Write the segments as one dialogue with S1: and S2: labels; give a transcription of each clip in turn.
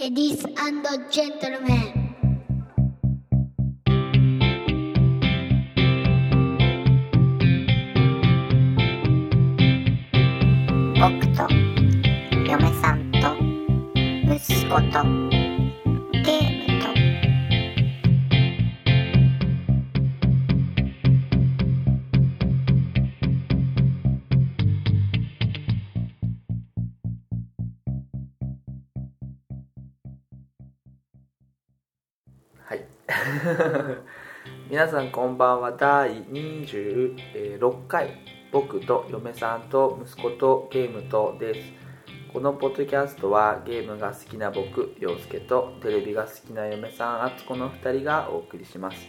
S1: Ladies and gentlemen.
S2: 僕と嫁さんと息子とゲームと
S3: はい 皆さんこんばんは第26回僕と嫁さんと息子とゲームとですこのポッドキャストはゲームが好きな僕陽介とテレビが好きな嫁さん敦子の2人がお送りします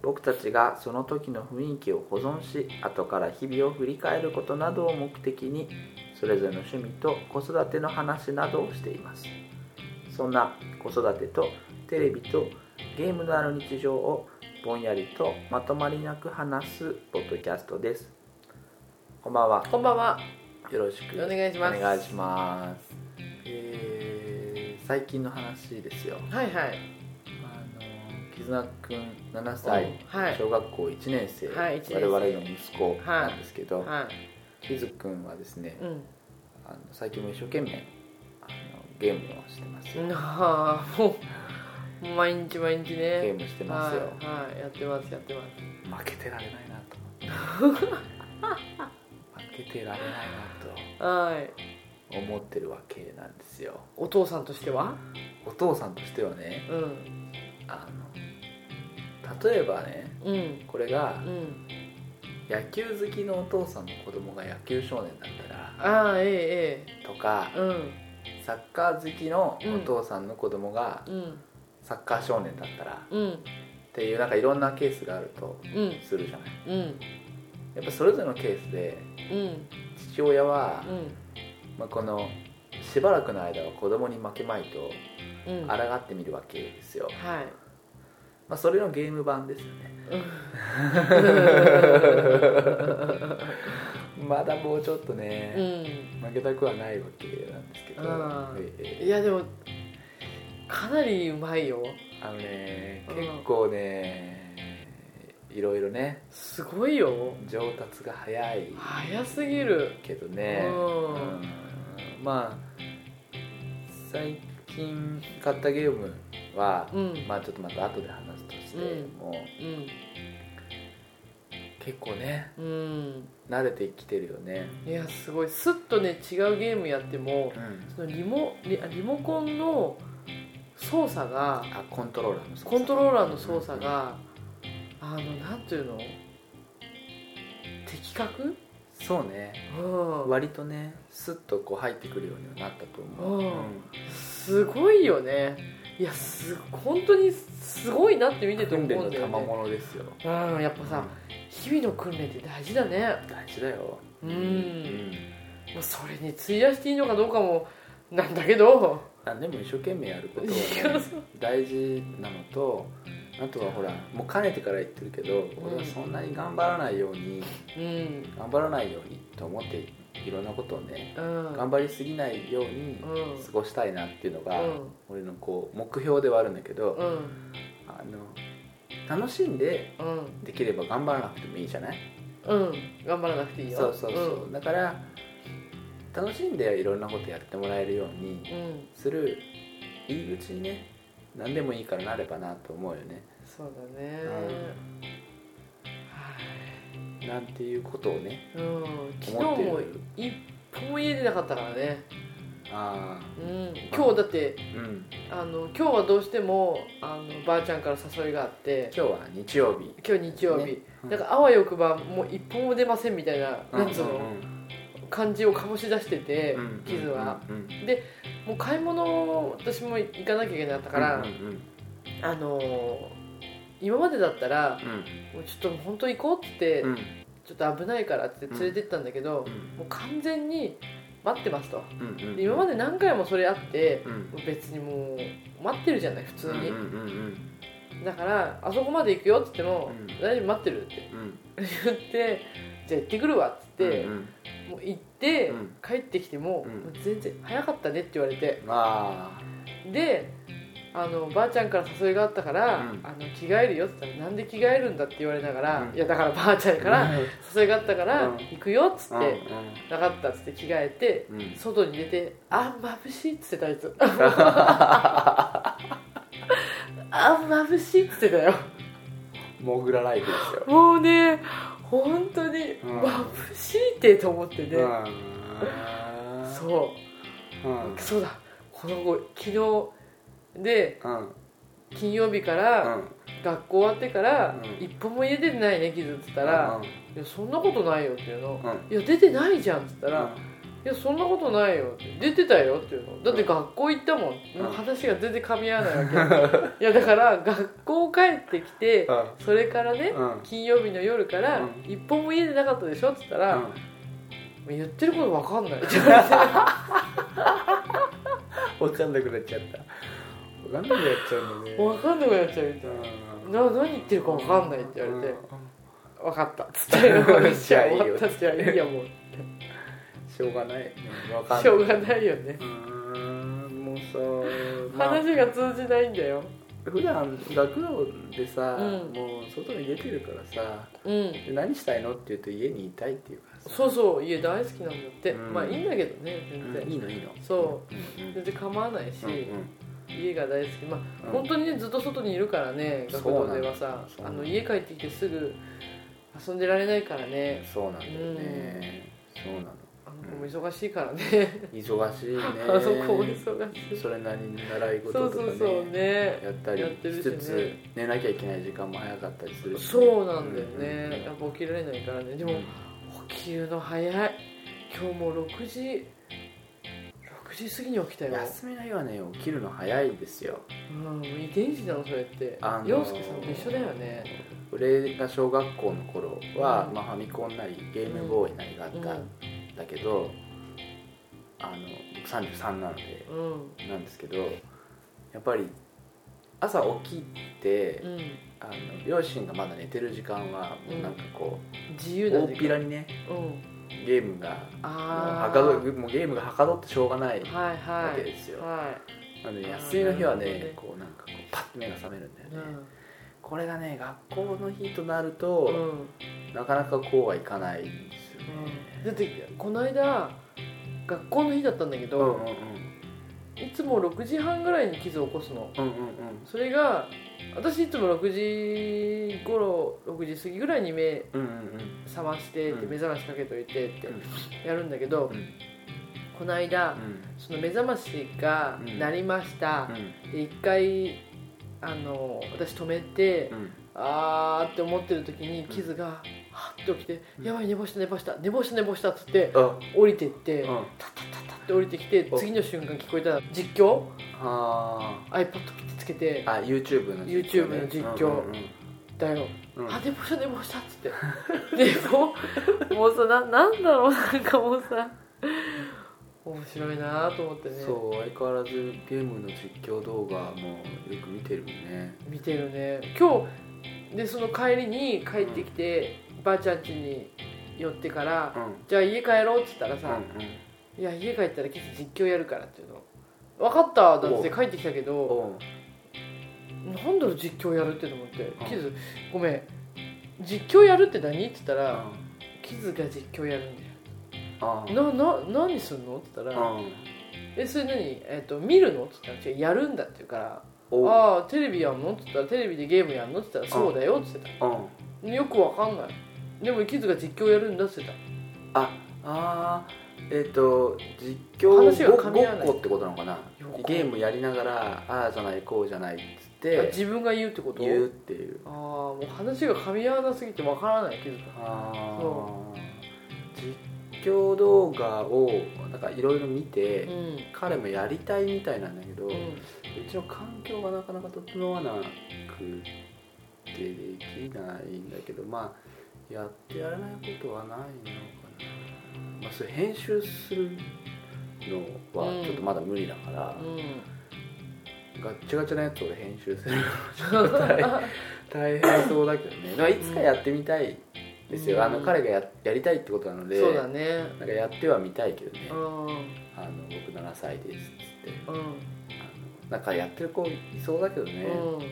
S3: 僕たちがその時の雰囲気を保存し後から日々を振り返ることなどを目的にそれぞれの趣味と子育ての話などをしていますそんな子育てとテレビとゲームのある日常をぼんやりとまとまりなく話すポッドキャストです。こんばんは。
S4: こんばんは。
S3: よろしく
S4: お願いします
S3: お願いします。えー最近の話ですよ。
S4: はいはい。
S3: あの絆くん7歳、
S4: おはい
S3: 小学校1年生、
S4: はい一年生
S3: 我々の息子なんですけど、
S4: は
S3: きずくんはですね
S4: い。、うん。
S3: あの最近も一生懸命あのゲームをしてます。ゲ
S4: なあ、もう。毎日毎日ね。
S3: ームしてますよ。
S4: はい、はい、やってます、やってます。
S3: 負けてられないなと思って負けてられないな
S4: はい。
S3: と思ってるわけなんですよ
S4: お父さんとしては。
S3: お父さんとしてはね
S4: うん。
S3: あの例えばね
S4: うん。
S3: これが
S4: うん。
S3: 野球好きのお父さんの子供が野球少年だったら
S4: ああ、ええ、
S3: とか
S4: ええ。うん。
S3: サッカー好きのお父さんの子供が
S4: うん。
S3: サッカー少年だったらっ
S4: うん。
S3: ていうなんかいろんなケースがあると
S4: うん。
S3: するじゃない
S4: うん。
S3: やっぱそれぞれのケースで
S4: うん。
S3: 父親は
S4: うん。
S3: まあ、このしばらくの間は子供に負けまいと
S4: うん。
S3: 抗ってみるわけですよ、
S4: はい。
S3: まあ、それのゲーム版ですよね まだもうちょっと
S4: う
S3: ね、
S4: ん。
S3: 負けたくはないわけなんですけど、
S4: あー
S3: ええ
S4: いや、でも。かなりうまいよ。
S3: あのね
S4: うん
S3: 結構ねいろいろね
S4: すごいよ。
S3: 上達が早い
S4: 早すぎる。
S3: けどね、
S4: うん
S3: うんまあ最近買ったゲームは、
S4: うん。
S3: まあちょっとまた後で話すとして、
S4: うん
S3: もう
S4: うん。
S3: 結構ね
S4: うん。
S3: 慣れてきてるよね、
S4: いやすごいスッとね違うゲームやってもそのリモリリモコンの操作が
S3: あコントローラーの操作
S4: コントローラーの操作があのなんていうの的確
S3: そうね
S4: うん
S3: 割とねスッとこう入ってくるようにはなったと思う、
S4: うんすごいよねいやす本当にすごいなって見てて思うんだ
S3: 訓練
S4: よ
S3: の賜
S4: ね
S3: 物ですよ
S4: うんやっぱさ日々の訓練って大事だね
S3: 大事だよ
S4: うん
S3: うん
S4: もうそれに費やしていいのかどうかもなんだけど
S3: 何でも一生懸命やることは、
S4: いや
S3: ね、大事なのとあとはほらもうかねてから言ってるけど
S4: ん
S3: 俺はそんなに頑張らないように
S4: うん
S3: 頑張らないようにと思っていろんなことをね
S4: うん
S3: 頑張りすぎないように
S4: うん
S3: 過ごしたいなっていうのが、
S4: うん
S3: 俺のこう目標ではあるんだけど、
S4: うん
S3: あの楽しんで
S4: うん、
S3: できれば頑張らなくてもいいじゃない
S4: うん、頑張らなくていいよ
S3: そうそうそう、だから楽しんでいろんなことやってもらえるよう
S4: う
S3: に
S4: ん、うん、
S3: する入り口にね何でもいいからなればなと思うよね
S4: そうだね、
S3: うんなんていうことをね
S4: はい、うん、昨
S3: 思っ
S4: 日
S3: て
S4: も
S3: る
S4: 一歩も家出なかったからね、
S3: あ
S4: うん、今日だって
S3: あうん
S4: あの今日はどうしてもあのばあちゃんから誘いがあって
S3: 今日は日曜日
S4: 今日日曜日、
S3: ねうん
S4: なんかあわよくばもう一歩も出ませんみたいな、なんつう
S3: う
S4: の
S3: ん
S4: 感じを醸し出してて、
S3: うんうん
S4: キズは、
S3: うんうん
S4: もう買い物私も行かなきゃいけなかったから、
S3: うんうん
S4: あのー今までだったら
S3: うん
S4: もうちょっと本当行こうって言っ
S3: うん
S4: て、ちょっと危ないからって連れてったんだけど、もう完全に待ってますと
S3: うんうん
S4: で今まで何回もそれあって
S3: うん
S4: もう別にもう待ってるじゃない普通に、
S3: うんうんうん
S4: だから「あそこまで行くよ」って言っても「
S3: うん
S4: 大丈夫待ってる」って
S3: うん
S4: 言って「じゃあ行ってくるわ」っつって、
S3: うんうん
S4: もう行って、
S3: うん
S4: 帰ってきても,、
S3: うん
S4: もう全然「早かったね」って言われて
S3: まあ
S4: であのばあちゃんから誘いがあったから、
S3: うん
S4: あの着替えるよって言ったら「なんで着替えるんだ?」って言われながら
S3: う
S4: 「
S3: ん
S4: いやだからばあちゃんから誘いがあったから
S3: うん
S4: 行くよ」っつっ
S3: うん
S4: て「なかった」っつって着替えて
S3: うんうん
S4: 外に出て「あ眩しい」っつってたあ いつあ眩しいっつってたよ
S3: モグラライフですよ
S4: もうね本当に
S3: うん
S4: 眩しいってと思ってね、
S3: うん
S4: そうう、
S3: ん
S4: そうだこの後昨日で
S3: うん
S4: 金曜日か
S3: う
S4: ら
S3: ん
S4: 学校終わってから
S3: うん
S4: 一歩も家出てないね傷っつったら「いやそんなことないよ」っていうの
S3: うん
S4: 「いや出てないじゃん」っつった
S3: う
S4: ら
S3: ん
S4: 「いやそんなことないよ」って「出てたよ」っていうのだって学校行ったもん
S3: うん
S4: 話が全然噛み合わないわけ いやだから学校帰ってきてそれからね
S3: うん
S4: 金曜日の夜から
S3: うん
S4: 「一歩も家出なかったでしょ」っつったら
S3: うん
S4: 「言ってることわか んない」って言われて
S3: わかんなくなっちゃったわかんなくなっちゃうんだね
S4: わかんなくなっちゃうみたいな。
S3: うん
S4: な何言ってるかわかんないって言われて
S3: うん
S4: 分かったっつって
S3: じゃあいいよ
S4: 終わったじゃあいいやもう
S3: しょうがないうんわかん
S4: しょうがないよね
S3: うーんもうさ、まあ、
S4: 話が通じないんだよ
S3: 普段学童でさ、
S4: うん
S3: もう外に出てるからさ
S4: うん
S3: で何したいのって言うと家にいたいっていうからさ
S4: そうそう家大好きなんだって
S3: うん
S4: まあいいんだけどね全
S3: うんいい
S4: 然
S3: のいいの
S4: そ
S3: うんうん
S4: 全然構わないし家が大好きまあ
S3: うん
S4: 本当にねずっと外にいるからね学
S3: そう
S4: 童
S3: なの
S4: ではさ
S3: そう
S4: あ
S3: なの
S4: の家帰ってきてすぐ遊んでられないからね
S3: そうなんだよね、そうなの
S4: あの子も忙しいからね
S3: 忙しいね
S4: あの子も忙しい
S3: それなりに習い事
S4: そう
S3: とか
S4: そ
S3: ね
S4: うそうね
S3: やったり
S4: やってる
S3: し
S4: し
S3: つ
S4: ね
S3: つ、寝なきゃいけない時間も早かったりするし
S4: そうなんだよ
S3: うん
S4: ねやっぱ起きられないからねで
S3: うん
S4: も起きるの早い今日も6時6時過ぎに起きたよ、
S3: 休みの日はね起きるの早いですよ
S4: うん、遺伝子なのそれって
S3: あのー
S4: 洋介さんと一緒だよね
S3: 俺が小学校の頃は、
S4: うん
S3: まあ、ファミコンなりゲームボーイなりがあったんだけど、あの僕33なので
S4: うん
S3: なんですけどやっぱり朝起きて、
S4: うん
S3: あの両親がまだ寝てる時間はもうなんかこ
S4: 自
S3: う、
S4: 由な
S3: 大っぴらにね
S4: うん
S3: ゲームがもうは
S4: ああ
S3: かどもうゲームがはかどってしょうがない
S4: はい
S3: わ
S4: は
S3: け
S4: い
S3: ですよ、
S4: は
S3: なので休みの日はね
S4: なるほどね
S3: こうなんかこうパッと目が覚めるんだよ
S4: い
S3: ね、
S4: うん
S3: これがね学校の日となると、
S4: うん
S3: なかなかこうはいかないんですよね
S4: うんだってこの間学校の日だったんだけ
S3: うんうん
S4: ど、いつも6時半ぐらいにキズを起こすの
S3: うんうん
S4: それが私いつも6時頃6時過ぎぐらいに目
S3: うんうんうん
S4: 覚ましてって
S3: うん
S4: 目覚ましかけといてって
S3: うん
S4: やるんだけど、この間その目覚ましが鳴りました、で一回あの私止めて、あーって思ってる時にキズがはっと起きて「
S3: うん
S4: やばい寝坊した寝坊した寝坊した寝坊した」っつって
S3: あ
S4: 降りてって、
S3: うん
S4: タッタッタッタッって降りてきて
S3: お
S4: 次の瞬間聞こえたら実況
S3: あ
S4: iPad ピッてつけて
S3: ーあ YouTube の
S4: YouTube の実況「だよ
S3: うんうんうんうん
S4: あ寝坊した寝坊した」っつって でもうもうさななんだろうなんかもうさ面白いなと思ってね
S3: そう相変わらずゲームの実況動画もよく見てるもんね
S4: 見てるね今日でその帰りに帰ってきて、ばあちゃん家に寄ってから
S3: うんうん
S4: 「じゃあ家帰ろう」っつったらさ「いや家帰ったらキス実況やるから」っていうの「分かった」だって帰ってきたけ
S3: う
S4: ど
S3: んうん
S4: なんだろう実況やるってと思って
S3: ん
S4: キズ「ごめん実況やるって何?」って言ったら「キズが実況やるんだよ」
S3: あー
S4: なな何すんの?」って言ったら
S3: うん
S4: 「えそれ何、えっと見るの?」って言ったら「違うやるんだ」って言うから「
S3: お
S4: ああテレビやんの?」って言ったら「テレビでゲームやんの?」って言ったら「そうだよ」って言って
S3: うん
S4: たよくわかんないでもキズが実況やるんだって言ってた
S3: ああーえっ、と実
S4: 話
S3: 況
S4: が
S3: ご
S4: 噛み合わない
S3: ごっこってことなのかな
S4: よっこ
S3: ゲームやりながらああじゃないこうじゃないっつって
S4: あ自分が言うってこと
S3: 言うっていう
S4: ああもう話が噛み合わなすぎてわからないキズが
S3: あ
S4: そ
S3: 実況動画をなんかいろいろ見て、
S4: うん
S3: 彼もやりたいみたいなんだけど、う
S4: うん
S3: ちの環境がなかなか整わなくてできないんだけどまあやってやれないことはないのかな、まあ、それ編集するのはちょっとまだ無理だから、
S4: うん
S3: ガッチガチなやつを編集するのはちょっと大大変そうだけど ねだからいつかやってみたいですよ、
S4: うん
S3: あの彼がややりたいってことなので
S4: そうだね
S3: なんかやってはみたいけどね、
S4: うんうん
S3: あの僕7歳ですっつってあのなんかやってる子いそうだけどね、
S4: う
S3: う
S4: ん
S3: ん、
S4: そうだね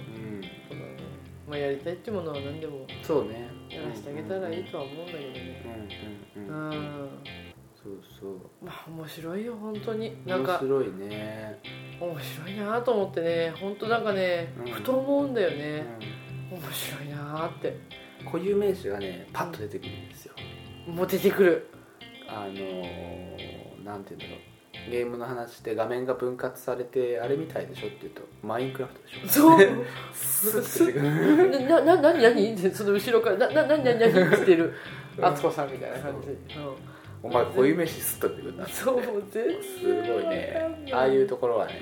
S4: まあやりたいってものは何でも
S3: そうね
S4: やらしてあげたらいいとは思うんだけどね
S3: うんうんう
S4: う
S3: ん、
S4: ん
S3: そうそう
S4: まあ面白いよ本当になん
S3: 面
S4: か
S3: 白いね、
S4: 面白いなと思ってね本当なんかね、
S3: うん
S4: ふと思うんだよ
S3: う
S4: ね、面白いなって
S3: ん、固有名詞がねパッと出てくるんですよ
S4: もう出てく る
S3: あのーなんて言うんだろうゲームの話で画面が分割されてあれみたいでしょって言うとマインクラフトでしょ
S4: そう
S3: スッて出てくる
S4: ななな何何ってその後ろから「なな何何何?」って言ってる
S3: うん
S4: 敦子さんみたいな感じ、うん
S3: お前固有名詞スッと出てくるなす
S4: そうもう全然
S3: ごい
S4: わかん
S3: ね
S4: ない
S3: ああいうところはね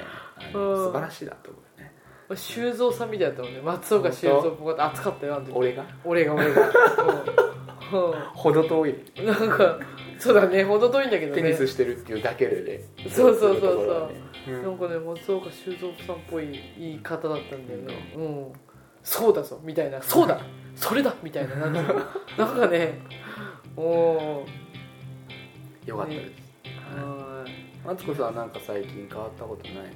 S3: あの
S4: うん
S3: 素晴らしいなと思うね
S4: 修造さんみたいだったもんね松岡修造っぽかった熱かったよあの時
S3: 俺が
S4: 俺が俺がうんうん
S3: 程遠い
S4: なんかそうだね程遠いんだけどね
S3: テニスしてるっていうだけでね
S4: そうそうそうそう
S3: いところはねうん
S4: なんかね松岡修造さんっぽい言い方だったんだよねうんそうだぞみたいなそうだそれだみたいななんか なんかねおー
S3: よかったです
S4: はーい
S3: マツコさんはなんか最近変わったことないの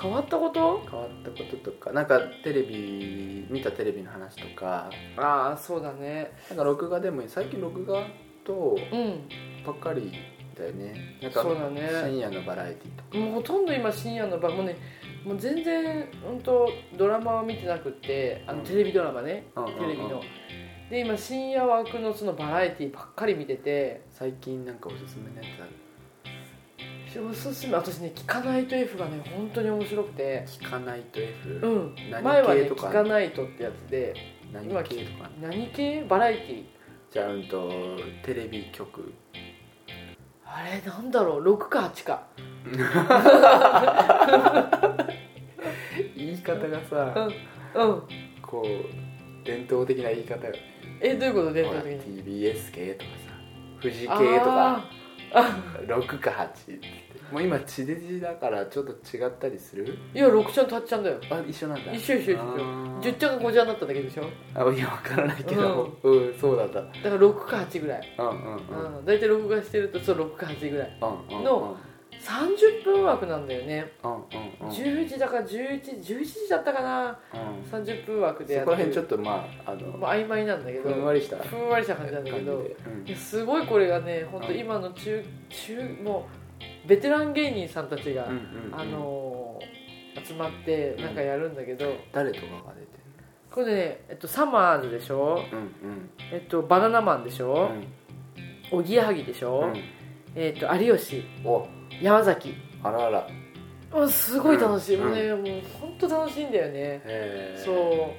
S4: 変わったこと
S3: 変わったこととかなんかテレビ見たテレビの話とか
S4: ああそうだね
S3: なんか録画でもいい最近録画と
S4: うん
S3: ばっかりだよねなんか
S4: そうだね
S3: 深夜のバラエティとか
S4: もうほとんど今深夜の場もうねもう全然本当ドラマは見てなくてあの
S3: うん
S4: テレビドラマね、
S3: うんうんうん
S4: テレビの、で今深夜枠のそのバラエティばっかり見てて
S3: 最近なんかおすすめのやつある
S4: おすすめ私ね「聞かないと F」がね本当に面白くて
S3: 聞かないと F、
S4: うん
S3: 何
S4: 前はね
S3: 系
S4: 「
S3: と
S4: 聞
S3: か
S4: かないと」ってやつで
S3: 何
S4: 今
S3: 系とか
S4: 何系バラエティ
S3: じゃあうんとテレビ局
S4: あれなんだろう6か8か
S3: 言い方がさ
S4: うんうん
S3: こう伝統的な言い方よね
S4: えどういうこと伝
S3: ほ
S4: 統
S3: ら
S4: 的に
S3: TBS 系とかさ富士系と
S4: あ
S3: か
S4: ー
S3: 6か8ってもう今地デジだからちょっと違ったりする
S4: いや6ちゃんと8ちゃんだよ
S3: あ一緒なんだ
S4: 一緒一緒一緒
S3: あー
S4: 10ちゃんが5ちゃんだっただけでしょ
S3: あいや分からないけどうん、そうだった
S4: だから6か8ぐらい
S3: うんうんうんうん
S4: うん大体録画してるとそう6か8ぐらい
S3: うん
S4: の30分枠なんだよね
S3: うんうんうん
S4: 10時だから11時11時だったかな
S3: うん
S4: 30分枠で
S3: そ
S4: や
S3: こら辺ちょ
S4: っ
S3: っとまああの、
S4: まあ、曖昧なんだけど
S3: ふんわりした
S4: ふんわりした感
S3: 感
S4: じ
S3: じ
S4: な
S3: で
S4: んだけど
S3: うん
S4: いやすごいこれがね本当
S3: うん
S4: 今の中中もうベテラン芸人さんたちが、
S3: うんうんうん
S4: あのー集まってなんかやるんだけど、
S3: 誰とかが出て
S4: これね、えっと、サマーズでしょ、
S3: るうん
S4: えっと、バナナマンでし
S3: う
S4: ょ、
S3: ん
S4: おぎやはぎでし
S3: う
S4: ょ、
S3: ん
S4: えっと、有吉
S3: お
S4: 山崎
S3: あらあら
S4: もうすごい楽しい、
S3: うん
S4: もうねもう本当楽しいんだよね、
S3: へえ
S4: そ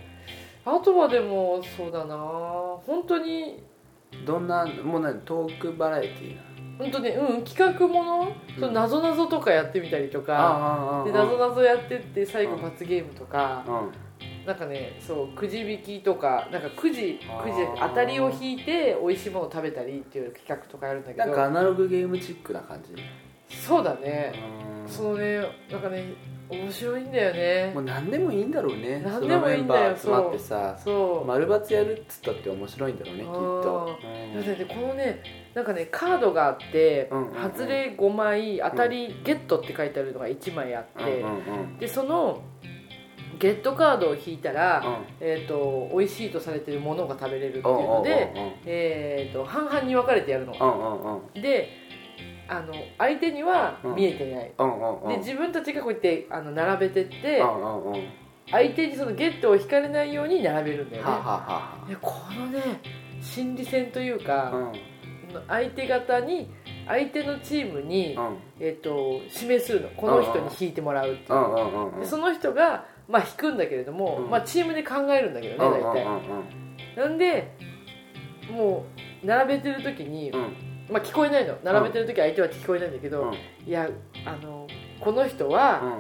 S4: うあとはでもそうだな本当に
S3: どんなもう何トークバラエティーな
S4: 本当ねうん企画もの、その謎謎とかやってみたりとか
S3: あ
S4: で
S3: な
S4: 謎謎やってって最後
S3: うん
S4: 罰ゲームとか、
S3: うん
S4: なんかねそうくじ引きとかなんかくじ
S3: あー
S4: くじ当たりを引いて美味しいものを食べたりっていう企画とかやるんだけ
S3: なん
S4: ど
S3: かアナログゲームチックな感じ
S4: そうだね、
S3: うん
S4: そのねなんかね面白いんだよね
S3: もう何でもいいんだろうね
S4: 何でもいいんだよ
S3: そのメンバー集まってさ
S4: そう、
S3: 丸抜やるっつったって面白いんだろうねきっと
S4: だってねこのねなんかねカードがあって、
S3: うんうんうん
S4: 外れ5枚当たりゲットって書いてあるのが1枚あって、
S3: うんうんうん
S4: でそのゲットカードを引いたら、
S3: うん
S4: えー、と美味しいとされてるものが食べれるっていうので、えー、と半々に分かれてやるの
S3: う、んうんうん
S4: であの相手には見えてない、
S3: うんうんうん
S4: で自分たちがこうやってあの並べてって、
S3: うんうんうんは
S4: 相手にそのゲットを引かれないように並べるんだよ
S3: あ
S4: ね、
S3: はあは
S4: でこのね心理戦というか、
S3: あうん
S4: 相手方に相手のチームに、
S3: うん
S4: えっと指名するのこの人に引いてもらうって
S3: う
S4: い
S3: ん
S4: う、
S3: うんうんうん
S4: でその人が、まあ、引くんだけれども、
S3: うん
S4: まあ、チームで考えるんだけどね
S3: うんうん
S4: 大体、なんでもう並べてる時に、
S3: うん
S4: まあ、聞こえないの並べてる時相手は聞こえないんだけ
S3: う
S4: ど
S3: ん、
S4: いやあのこの人は、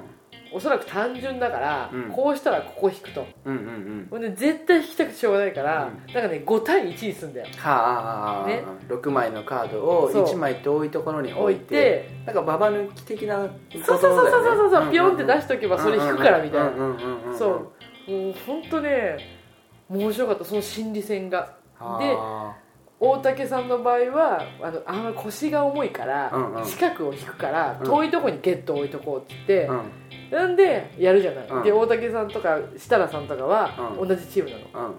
S4: おそらく単純だから、
S3: うん
S4: こうしたらここ引くと
S3: うんうんうんうん
S4: ほんで絶対引きたくてしょうがないから、
S3: うん
S4: なんかね5対1にすんだよ
S3: はあはあはあ
S4: ね
S3: 6枚のカードを
S4: そう
S3: 1枚遠いところに
S4: 置
S3: 置
S4: い
S3: いて
S4: て
S3: なんかババ抜き的な
S4: そうそうそうそうそうそう、ピョンって出
S3: し
S4: しとけばそれ引くからみたいな、
S3: な
S4: そうもう本当ね面白かったその心理戦がで大竹さんの場合はあのあんまり腰が重いから、
S3: うんうん
S4: 近くを引くから
S3: うん
S4: 遠いとこにゲットを置いとこうって言って、
S3: うん
S4: なんでやるじゃない、
S3: うん
S4: で大竹さんとか設楽さんとかは
S3: う
S4: 同じチームなの、
S3: うん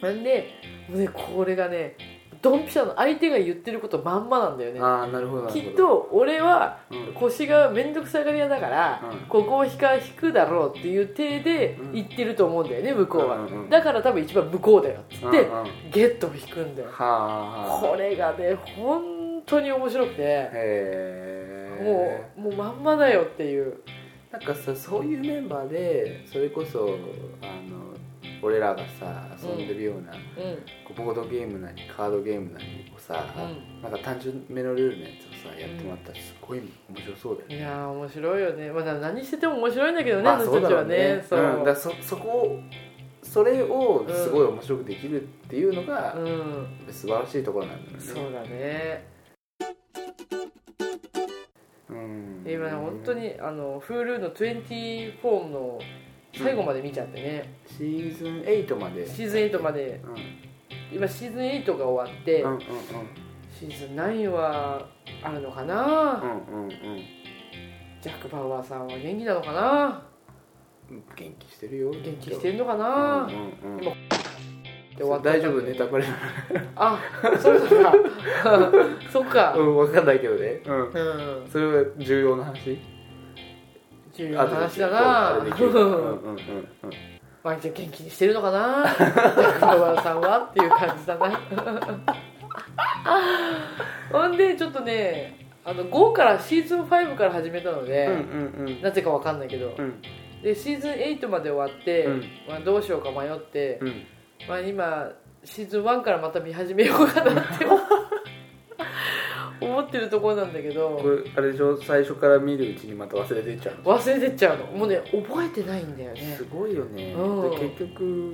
S4: なんでもうねこれがねドンピシャの相手が言ってることまんまなんだよね
S3: ああなるほどなるほど
S4: きっと俺は
S3: うん
S4: 腰が面倒くさがり屋だから、
S3: うん
S4: ここを引か引くだろうっていう体で
S3: うん
S4: 言ってると思うんだよね向こうは、
S3: うんうんうん
S4: だから多分一番向こうだよっつって、
S3: うんうんは
S4: ゲットを引くんだよ
S3: あはあ
S4: これがね本当に面白くて
S3: へえ
S4: もうもうまんまだよっていう
S3: なんかさそういうメンバーでそれこそあの俺らがさ遊んでるような、
S4: うん
S3: こうボードゲームなりカードゲームなりをさ、なんか単純めのルールのやつをさやってもらったらすごい面白そうだよ
S4: い
S3: ね、
S4: やー面白いよねまあ何してても面白いんだけどね、
S3: まあそ
S4: 私
S3: う
S4: た
S3: だ
S4: ち
S3: ろ
S4: は
S3: う
S4: ね
S3: ね
S4: そう、
S3: ん、だからそそこをそれをすごい面白くできるっていうのが、
S4: うん
S3: 素晴らしいところなんだよね
S4: そうだね
S3: うん
S4: 今ね本当にあの Hulu の24の最後まで見ちゃってね、
S3: シーズン8まで
S4: シーズン8まで
S3: うん
S4: 今シーズン8が終わって、
S3: うんうん
S4: シーズン9はあるのかな、
S3: うんうんうんうん
S4: ジャック・バウアーさんは元気なのかな
S3: 元気してるよ
S4: 元気して
S3: る
S4: んのか
S3: う
S4: な、
S3: んうんうん
S4: 今で終わ
S3: そ
S4: っ
S3: う
S4: た
S3: 大丈夫ネタバレ
S4: あそうか そっか
S3: うん分かんないけどねうん
S4: うん
S3: それは重要な話
S4: 重要な話だ
S3: あ
S4: な
S3: とで聞こう あれで聞いてうんうんうん
S4: マリちゃん元気にしてるのかなジャック・バウアーさんはっていう感じだな ほんでちょっとねあの5からシーズン5から始めたので、
S3: うんうんうん
S4: なぜかわかんないけど、
S3: うん
S4: でシーズン8まで終わって、
S3: うん
S4: まあ、どうしようか迷って、
S3: うん
S4: まあ、今シーズン1からまた見始めようかなって 思ってるところなんだけ
S3: こ
S4: ど
S3: れあれでしょ最初から見るうちにまた忘れてっちゃうの
S4: 忘れてっちゃうのもうね覚えてないんだよね
S3: すごいよね
S4: うん
S3: で結局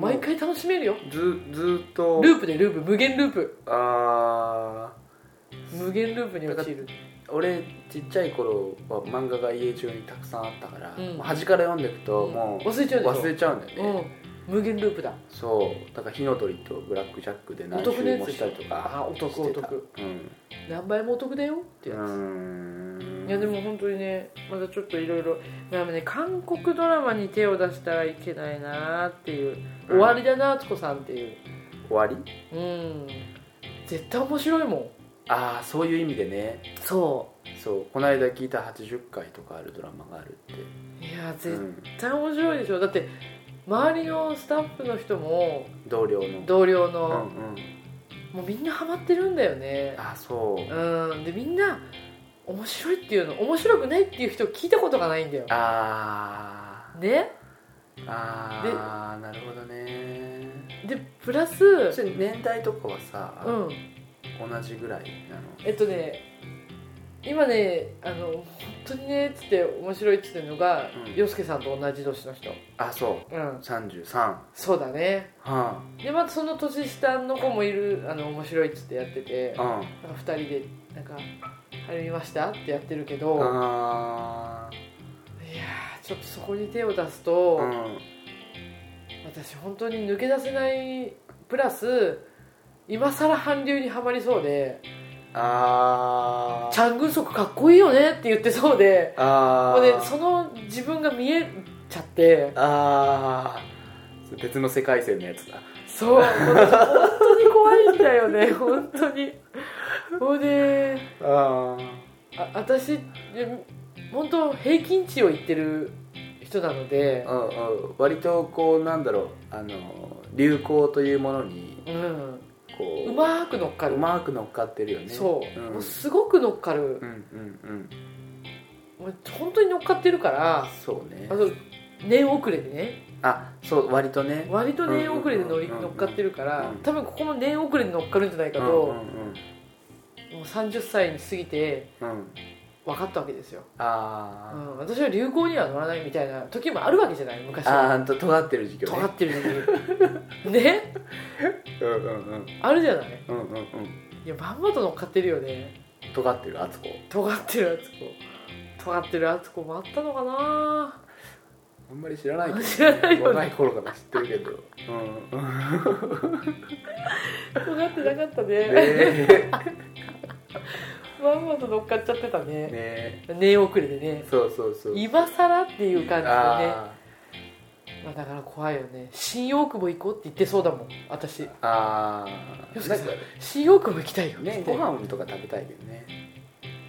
S4: 毎回楽しめるよ
S3: ずずっと
S4: ループでループ無限ループ
S3: ああ
S4: 無限ループに陥る
S3: 俺ちっちゃい頃は漫画が家中にたくさんあったから、
S4: うん
S3: 端から読んでいくともう
S4: 忘れちゃうでしょ
S3: 忘れちゃうんだよね、
S4: うん、無限ループだ
S3: そうだから火の鳥とブラックジャックで何周もしたりとか
S4: お得なやつでしょ
S3: し
S4: あお得
S3: てた
S4: お得
S3: うん
S4: 何倍もお得だよってやつ、
S3: うん
S4: いやでも本当にねまだちょっといろいろでもね韓国ドラマに手を出したらいけないなっていう、
S3: うん
S4: 終わりだな敦子さんっていう
S3: 終わり
S4: うん絶対面白いもん
S3: ああそういう意味でね
S4: そ
S3: そうこの間聞いた80回とかあるドラマがあるって
S4: ういや
S3: う
S4: 絶
S3: ん
S4: 対面白いでしょだって周りのスタッフの人も
S3: 同僚の
S4: 同僚
S3: うんう
S4: の、
S3: ん
S4: もうみんなハマってるんだよね
S3: あそう
S4: うんでみんな面白いっていうの面白くないっていう人聞いたことがないんだよ
S3: あ
S4: ね
S3: ーあーなるほどね
S4: でプラス
S3: それ年代とかは
S4: う
S3: さ、
S4: ん
S3: 同じぐらいなの
S4: えっとね今ねあの本当にねっつって面白いっつってるのが、
S3: うん
S4: 洋介さんと同じ年の人
S3: あそう
S4: うん
S3: 33は
S4: そうだね
S3: あ
S4: でまたその年下の子もいるあの面白いっつってやってて
S3: うん
S4: なんか2人でなんか「入りました?」ってやってるけどいや
S3: あ
S4: ーちょっとそこに手を出すと、
S3: ーうん
S4: 私本当に抜け出せないプラス今更韓流にはまりそうで
S3: あ
S4: 「チ
S3: ー
S4: ャン・グンソクかっこいいよね」って言ってそうで
S3: あ
S4: もうね
S3: ー
S4: その自分が見えちゃって
S3: あー別の世界線のやつだ
S4: そうもう私本当に怖いんだよね本当にもうね
S3: あ
S4: あ私え本当平均値を言ってる人なので
S3: あうんうん割とこうなんだろうあの流行というものに
S4: うん
S3: こう
S4: うまく乗っかる
S3: うまく乗っかってるよね
S4: そう、
S3: ん
S4: もうすごく乗っかる
S3: う、んうん
S4: もう本当に乗っかってるから
S3: うんそうね
S4: あと年遅れでね
S3: あそう割とね
S4: 割と年遅れで乗り
S3: うんうんうんうん
S4: 乗っかってるから
S3: うん
S4: 多分ここも年遅れで乗っかるんじゃないかと、
S3: うんうん
S4: もう30歳に過ぎて
S3: うんうん
S4: 分かったわけですよ
S3: あ
S4: う
S3: ー
S4: ん、私は流行には乗らないみたいな時もあるわけじゃない昔
S3: あ
S4: は
S3: ーと尖ってる時期ね
S4: 尖ってる時 ね
S3: うんうんうん
S4: あるじゃない
S3: うんうんうん
S4: いやまんまと乗っかってるよね
S3: 尖ってる敦子
S4: 尖ってる敦子尖ってる敦子もあったのかな
S3: あんまり知らないけど
S4: 知らないよ
S3: 若い
S4: ね
S3: 頃から知ってるけどうんうん
S4: 尖ってなかったね、
S3: え
S4: まんまと乗っかっちゃってたね
S3: ね
S4: 寝遅れでね
S3: そうそうそう
S4: 今更っていう感じだね
S3: あ
S4: まあ、だから怖いよね新大久保行こうって言ってそうだもん私
S3: ーあーなんか
S4: 新大久保行きたいよ
S3: ね
S4: っ
S3: ご
S4: て、
S3: 飯とか食べたいけどね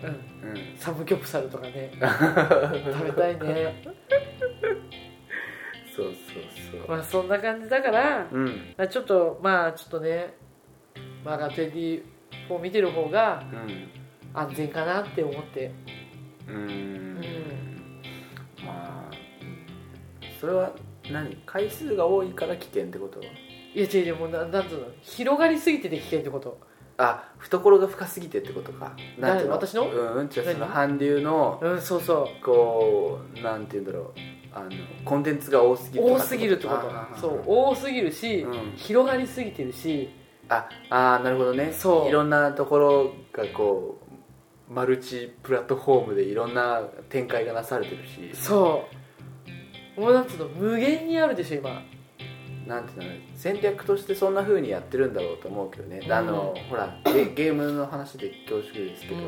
S4: うん、
S3: うん
S4: サムギョプサルとかね食べた いね
S3: そうそうそう
S4: まあそんな感じだから、
S3: うん
S4: まあ、ちょっとまあちょっとねまあ24見てる方が
S3: うん
S4: 安全かなって思って
S3: う
S4: うんん
S3: まあそれは何回数が多いから危険ってこと
S4: いや違う違うもうななんつうの広がりすぎてて危険ってこと
S3: あ懐が深すぎてってことかなんていうの
S4: 誰私の
S3: うんうんじゃあその
S4: 何
S3: 韓流の
S4: うんそうそ
S3: こうなんていうんだろうあのコンテンツが多すぎ
S4: う
S3: るとか
S4: 多すぎるってこ
S3: あー
S4: とそう多すぎるし、
S3: うん
S4: 広がりすぎてるし
S3: ああーなるほどね
S4: そう
S3: ろんなところがこうマルチプラットフォームでいろんな展開がなされてるし
S4: そうもうなんつうの無限にあるでしょ今
S3: なんていうの戦略としてそんな風にやってるんだろうと思うけどね、
S4: うん
S3: あのほ らゲゲームの話で恐縮ですけど、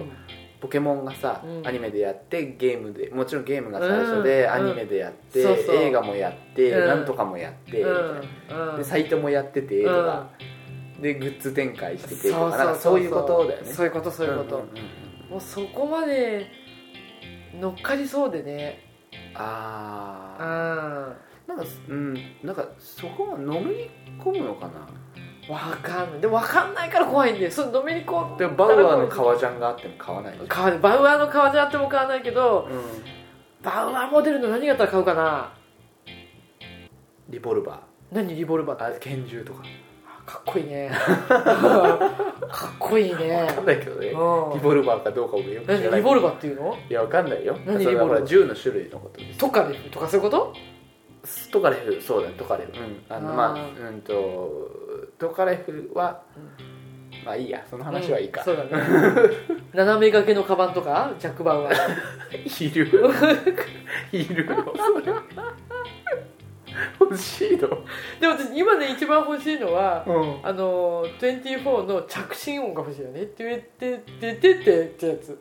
S3: ポケモンがさ、
S4: うん
S3: アニメでやってゲームでもちろんゲームが最初で、
S4: うん
S3: アニメでやって、
S4: そうそう
S3: 映画もやって、
S4: うん
S3: なんとかもやって、
S4: うんうん
S3: でサイトもやっててとか、でグッズ展開しててとかなんかそういうことだよね
S4: そういうことそういうこと、
S3: んんん
S4: もうそこまで乗っかりそうでねう
S3: ああ
S4: ん
S3: なんかうんなんかそこはのめり込むのかな
S4: わかんないでもわかんないから怖いんだよそののめり込ん
S3: でもバウアーの革ジャンがあっても買わないでしょ
S4: 買わないバウアーの革じゃあっても買わないけど
S3: うん
S4: バウアーモデルの何があったら買うかな
S3: リボルバ
S4: 何リボルバーって
S3: ーあ拳銃とか
S4: かっこいい ねかっこいいね
S3: わかんないけどねリ
S4: う
S3: ボルバーかどうかもよく
S4: ん
S3: 知ら
S4: 何
S3: ない
S4: リボルバーっていうの
S3: いやわかんないよ
S4: 何
S3: それはほら
S4: リボルバー
S3: 銃の種類のことです
S4: トカレフとかそういうこと
S3: トカレフそうだねトカレフうんあの
S4: あー
S3: まあうんとトカレフはまあいいやその話はいいか、
S4: うんそうだね斜め掛けのカバンとかジャック・バ ウアー
S3: いるいるのそれ欲しいの
S4: でも私今ね一番欲しいのは、
S3: うん
S4: あのー24の着信音が欲しいよねって言って出ててってやつ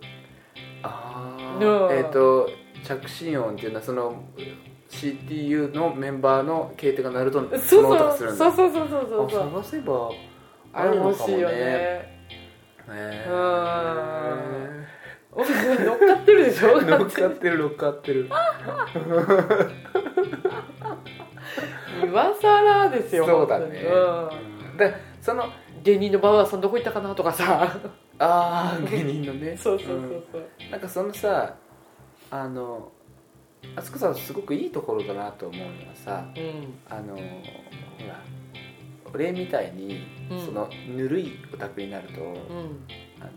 S3: あ
S4: の
S3: あえっ、と着信音っていうのはその CTU のメンバーの携帯が鳴ると
S4: そ
S3: そ
S4: う
S3: の音
S4: そ
S3: が
S4: う
S3: す
S4: そ
S3: るんだ
S4: うそうそうそうそう
S3: あ探せば
S4: あれ欲しいよね
S3: ね
S4: うお前乗っかってるでし ょ
S3: 乗っかってる乗っかってる
S4: 今更ですよ
S3: そうだね、
S4: 本当に
S3: でその
S4: うん、芸人のバウアーさんどこ行ったかなとかさ
S3: ああ芸人のね
S4: そうそうそうそう、
S3: うんなんかそのさあのあそこさすごくいいところだなと思うのはさ
S4: うん
S3: あのほら俺みたいに、
S4: うん
S3: そのぬるいオタクになると、
S4: う
S3: あ
S4: ん
S3: のなんていうんだろ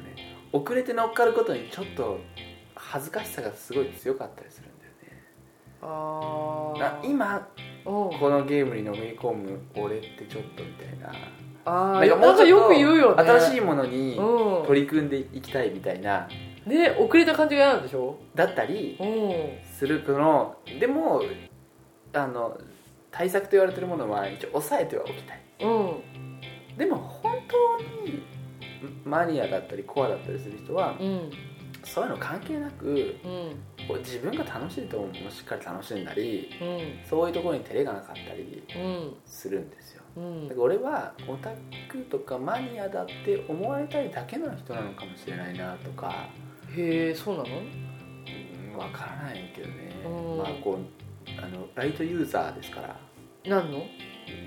S3: うね遅れて乗っかることにちょっと恥ずかしさがすごい強かったりするんだよね
S4: あ
S3: あ
S4: あ
S3: 今
S4: うん
S3: このゲームにのめり込む俺ってちょっとみたいな
S4: あ
S3: な
S4: あ
S3: んかもうちょっと
S4: よく言うよね
S3: 新しいものに
S4: う
S3: 取り組んでいきたいみたいなん
S4: ね遅れた感じが嫌なんでしょ
S3: だったり
S4: うん
S3: するこのでもあの対策と言われてるものは一応抑えてはおきたい
S4: うん
S3: でも本当にマニアだったりコアだったりする人は
S4: うん
S3: そういうの関係なく
S4: うん
S3: こう自分が楽しいと思うものをしっかり楽しんだり
S4: うん
S3: そういうところに照れがなかったり
S4: うん
S3: するんですよ
S4: うん
S3: だから俺はオタクとかマニアだって思われたいだけの人なのかもしれないなとか
S4: へえそうなの
S3: うんわからないけどね、
S4: うん
S3: まあこうあのライトユーザーですから
S4: なんの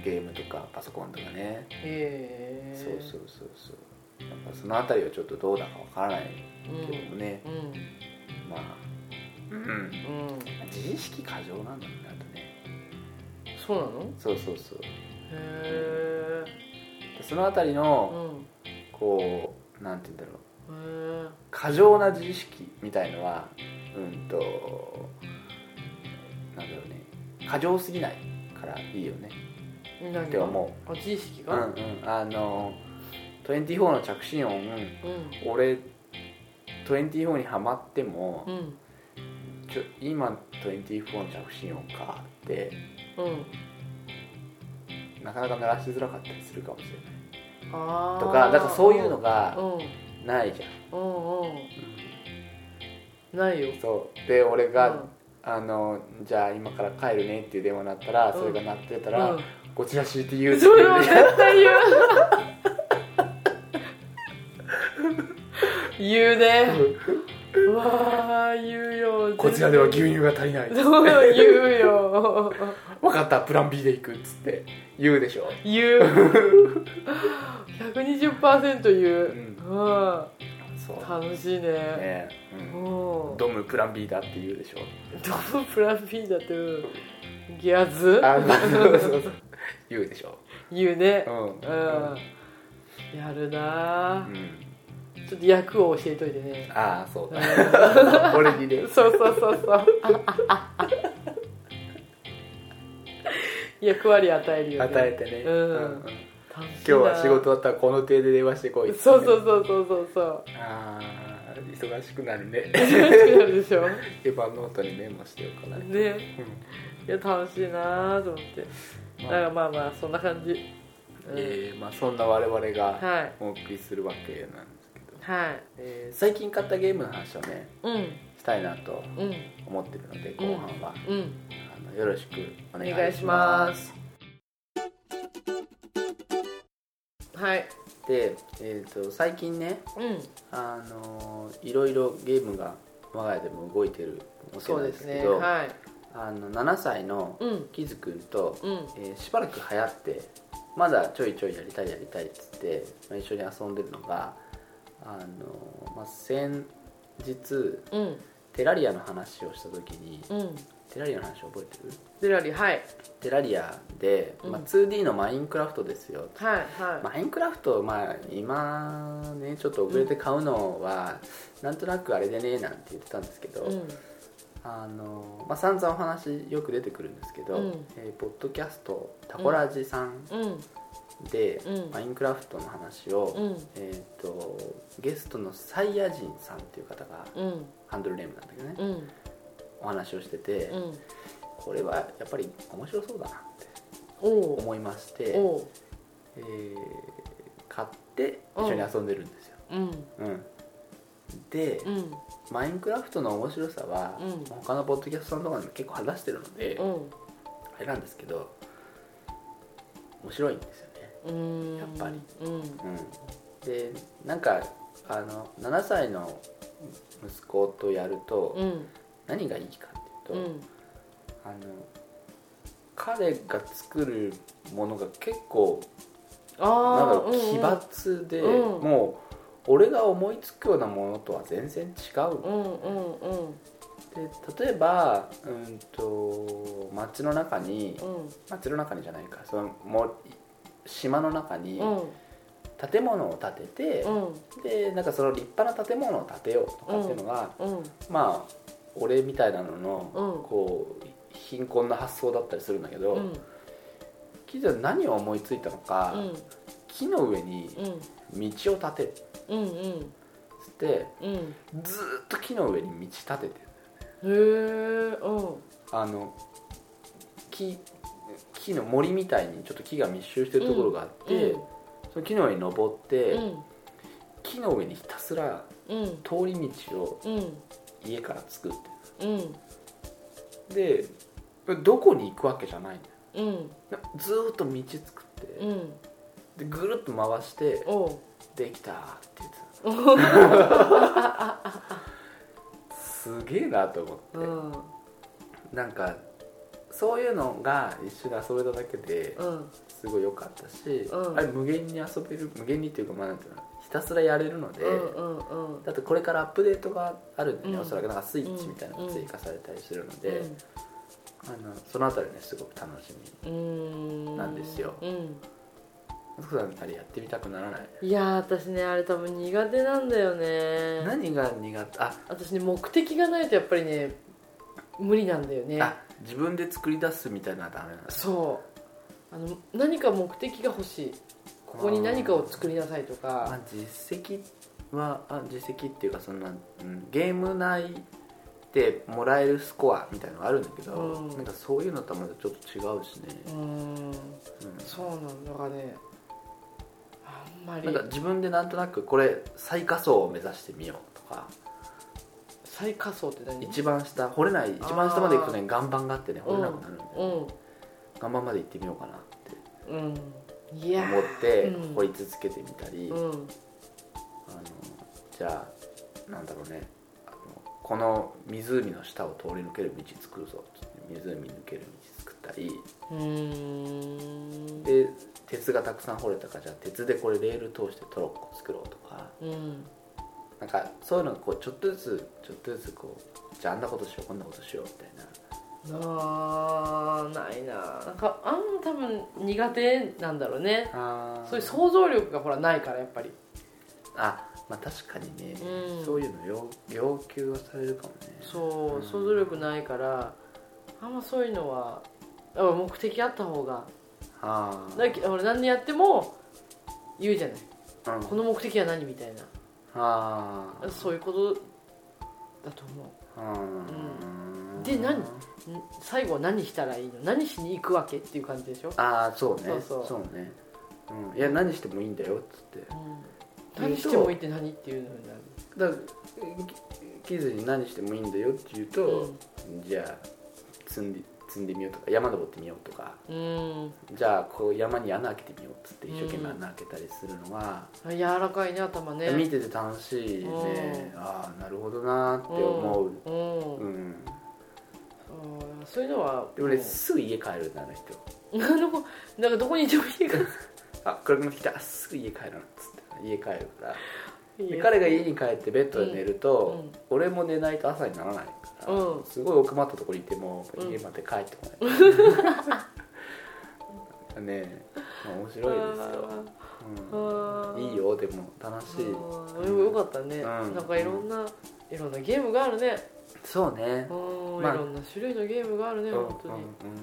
S3: ゲームとかパソコンとかね、
S4: へえ
S3: そうそうそうそうなんかその辺りはちょっとどうだかわからないけどもね、
S4: うんうん
S3: まあ、うん、
S4: うん
S3: 自意識過剰なんだろうなとね
S4: そうなの
S3: そうそうそう
S4: へえ
S3: その辺り
S4: う
S3: の
S4: ん
S3: こうなんて言うんだろう
S4: へえ
S3: 過剰な自意識みたいのはうんとなんだろうね過剰すぎないからいいよね
S4: 何
S3: って思う
S4: うあ自意識
S3: うんう
S4: が
S3: ん、あの24の着信音
S4: うん
S3: 俺24にハマっても
S4: うん
S3: ちょ今24の着信音かって
S4: うん
S3: なかなか鳴らしづらかったりするかもしれない
S4: ああ
S3: とかなんかそういうのが
S4: うん
S3: ないじゃん
S4: うんうんないよ
S3: そうで俺が、
S4: うん
S3: あのじゃあ今から帰るねっていう電話になったら、
S4: うん
S3: それが鳴ってたら、
S4: うん
S3: こちら CTU って
S4: それは
S3: 言う
S4: 絶対言う言うねうわあ言うよ
S3: こちらでは牛乳が足りない
S4: 絶対そう言うよ
S3: 分かったプラン B で行くっつって言うでしょ
S4: 言う120%言う、うん、
S3: そう
S4: 楽しいね
S3: ね
S4: う
S3: うんん、
S4: ド
S3: ドムプラン B だって言うでしょ
S4: ムプラン B だとギャズ
S3: あそうそうそう言うでしょ
S4: 言うね
S3: う、ん
S4: うんやるな
S3: う
S4: ぁ
S3: ん
S4: ちょっと役を教えといてね
S3: ああそう
S4: う
S3: だ
S4: ん
S3: 俺にね
S4: そうそうそうそう 役割与えるよね
S3: 与えてね、
S4: うん
S3: 今
S4: 楽しいな
S3: 日は仕事終わったらこの手で電話してこいっつって
S4: そうそうそうそうそうそう
S3: ああ忙しくなるね
S4: 楽しくなるでし ょ
S3: エヴァノートにメモしておかないと、
S4: ね
S3: うん
S4: いや楽しいなぁと思って
S3: ま
S4: だ
S3: あ
S4: からまあまあそんな感じ、うん
S3: えーまあ、そんな我々が
S4: はい
S3: お送りするわけなんですけど、
S4: はい
S3: えー最近買ったゲームの話をね
S4: うん
S3: したいなと
S4: うん
S3: 思ってるので後半は、
S4: うん
S3: あのよろしくお
S4: お
S3: 願いし
S4: 願
S3: ま
S4: い
S3: す
S4: しますはい
S3: で、えー、と最近ね、
S4: うん
S3: あのーいろいろゲームが我が家でも動いてるわけ
S4: そ
S3: な
S4: うんで
S3: ですす
S4: ね
S3: けど
S4: はい
S3: あの7歳の
S4: うん
S3: キズくんと、
S4: うん
S3: えーしばらく流行ってまだちょいちょいやりたいやりたいっつって、まあ、一緒に遊んでるのがあの、まあ、先日
S4: うん
S3: テラリアの話をした時に
S4: うん
S3: テラリアの話覚えてる
S4: デラリはい
S3: テラリアで、まあ、2D のマインクラフトですよ
S4: はいは
S3: マインクラフト、まあ、今ねちょっと遅れて買うのは、なんとなくあれでねなんて言ってたんですけど、
S4: いうん
S3: あのまあ、散々お話よく出てくるんですけど、
S4: うん
S3: えーポッドキャストタコラジさん
S4: うん
S3: で、
S4: うん
S3: マインクラフトの話を、
S4: うん
S3: えー、とゲストのサイヤ人さんっていう方が
S4: うん
S3: ハンドルネームなんだけどね、
S4: うん
S3: お話をしてて、
S4: うん
S3: これはやっぱり面白そうだなって
S4: おお
S3: 思いまして、
S4: おう
S3: えー買って一緒に遊んでるんですよ、
S4: うん
S3: うんで、
S4: うん
S3: マインクラフトの面白さは、
S4: うん
S3: 他のポッドキャストのところにも結構話してるので、
S4: うん
S3: あれなんですけど面白いんですよね、
S4: うん
S3: やっぱり
S4: うん
S3: でなんかあの7歳の息子とやると、
S4: うん
S3: 何がいいかって
S4: う
S3: いうと、
S4: ん
S3: あの彼が作るものが結構なんだ
S4: あ
S3: ろ
S4: あ
S3: う奇抜で、
S4: うん
S3: もう俺が思いつくようなものとは全然違う
S4: うんうんうん
S3: で例えば、うん、と街の中に
S4: うん
S3: 街の中にじゃないかそのも島の中に
S4: うん
S3: 建物を建てて、
S4: うん
S3: でなんかその立派な建物を建てようとかっていうのが、
S4: うん
S3: まあ俺みたいなのの、
S4: うん
S3: こう貧困な発想だったりするんだけど、
S4: うん
S3: 木で何を思いついたのか、
S4: うん
S3: 木の上に
S4: うん
S3: 道を建てるっ
S4: うんうん
S3: つって
S4: うん
S3: ずーっと木の上に道建ててる
S4: へえうん
S3: あの木木の森みたいにちょっと木が密集してるところがあって、
S4: うん
S3: その木の上に登って、
S4: うん
S3: 木の上にひたすら
S4: うん
S3: 通り道を
S4: うん
S3: 家から作っ
S4: うん
S3: てでどこに行くわけじゃないんだよ
S4: うん
S3: なずーっと道作って、
S4: うん
S3: でぐるっと回して
S4: おう
S3: 「できた」って言ってたすげえなと思って、
S4: うん
S3: なんかそういうのが一緒に遊べただけで
S4: うん
S3: すごい良かったし、
S4: うん
S3: あれ無限に遊べる無限にっていうかまあなんていうのひたすらやれるので、
S4: うんうんうん
S3: だってこれからアップデートがあるんでね、
S4: うん
S3: おそらくなんかスイッチみたいなのが追加されたりするので、
S4: うん
S3: あのそのあたりねすごく楽しみ
S4: うん
S3: なんですよ
S4: うん
S3: マツコさんのあれやってみたくならない
S4: いやー私ねあれ多分苦手なんだよね
S3: 何が苦手あ
S4: 私ね目的がないとやっぱりね無理なんだよね
S3: あ自分で作り出すみたいなのはダメなんです
S4: そうあの何か目的が欲しいここに何かを作りなさいと
S3: あ
S4: か
S3: 実績はあ実績っていうかそんな、うん、ゲーム内でもらえるスコアみたいのがあるんだけど、
S4: うん
S3: なんかそういうのとはまたちょっと違うしね
S4: うーん
S3: うん
S4: そうなんだからねあんまり
S3: なんか自分でなんとなくこれ最下層を目指してみようとか
S4: 最下層って何
S3: 一番下掘れない一番下まで行くとね岩盤があってね掘れなくなるんで、
S4: うん
S3: 岩盤まで行ってみようかなって
S4: うんいやー
S3: 思って
S4: うん
S3: 掘り続けてみたり、あの
S4: うん
S3: じゃあなんだろうねあのこの湖の下を通り抜ける道作るぞっつって湖抜ける道作ったり
S4: うーん
S3: で鉄がたくさん掘れたからじゃあ鉄でこれレール通してトロッコ作ろうとか
S4: うん
S3: なんかそういうのがこうちょっとずつちょっとずつこうじゃああんなことしようこんなことしようみたいな
S4: あーないななんかあん多分苦手なんだろうね
S3: あ
S4: そういう想像力がほらないからやっぱり
S3: あまあ確かにね、
S4: うん
S3: そういうの要要求はされるかもね
S4: そう、
S3: うん
S4: 想像力ないからあんまそういうのはやっぱ目的あった方が
S3: ああ
S4: だけ俺何やっても言うじゃない
S3: うん
S4: この目的は何みたい
S3: あ
S4: なそういうことだと思
S3: あうん
S4: で何うん最後は何したらいいの何しに行くわけっていう感じでしょ、
S3: ああそうね
S4: そうそう
S3: ね、うん、いや何してもいいんだよっつって
S4: うん、何してもいいって何っていうのになる
S3: だからきキズに何してもいいんだよって言うと、じゃあ積んで積んでみようとか山登ってみようとか
S4: うん
S3: じゃあこう山に穴開けてみようっつって一生懸命穴開けたりするのは、
S4: あ柔らかいね頭ね
S3: 見てて楽しいね、
S4: う
S3: ああなるほどなーって思う、
S4: うん、
S3: うん
S4: うんそういうのは
S3: で俺すぐ家帰るんだあの人
S4: うんあの子なんかどこにいてもいいから
S3: あ暗くなってきたすぐ家帰るなっつって家帰るからで彼が家に帰ってベッドで寝ると、俺も寝ないと朝にならないから、
S4: うん
S3: すごい奥まったところにいても
S4: うん
S3: 家まで帰ってこ ない、ねまあ面白いですよ、
S4: あ
S3: うん、
S4: ー
S3: いいよでも楽しい、
S4: うんでもよかったね、
S3: うん
S4: なんかいろんないろんなゲームがあるね、
S3: そうね
S4: うん
S3: まあ
S4: いろんな種類のゲームがあるね、
S3: うん
S4: 本当に、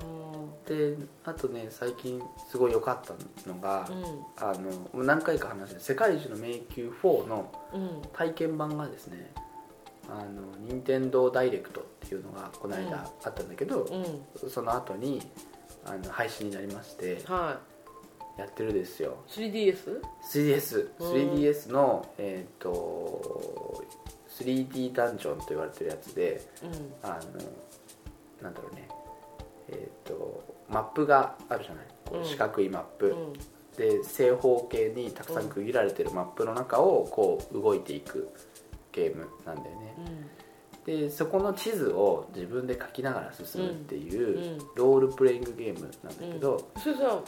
S3: うんであとね最近すごい良かったのが、あのもう何回か話してる世界一の迷宮4」の
S4: うんうん
S3: 体験版がですねあの任天堂ダイレクトっていうのがこの間あったんだけど、
S4: うん、
S3: その後にあの配信になりまして
S4: は
S3: やってるですよ
S4: い 3DS? うん
S3: 3DS3DS のえっ、と 3D ダンジョンと言われてるやつで
S4: うん
S3: あのなんだろうねえっ、とマップがあるじゃないこ
S4: うん
S3: う四角いマップ、
S4: うん
S3: で正方形にたくさん区切られてるマップの中をこう動いていくゲームなんだよねでそこの地図を自分で書きながら進むって
S4: うんう
S3: いうんロールプレイングゲームなんだけど、
S4: それさ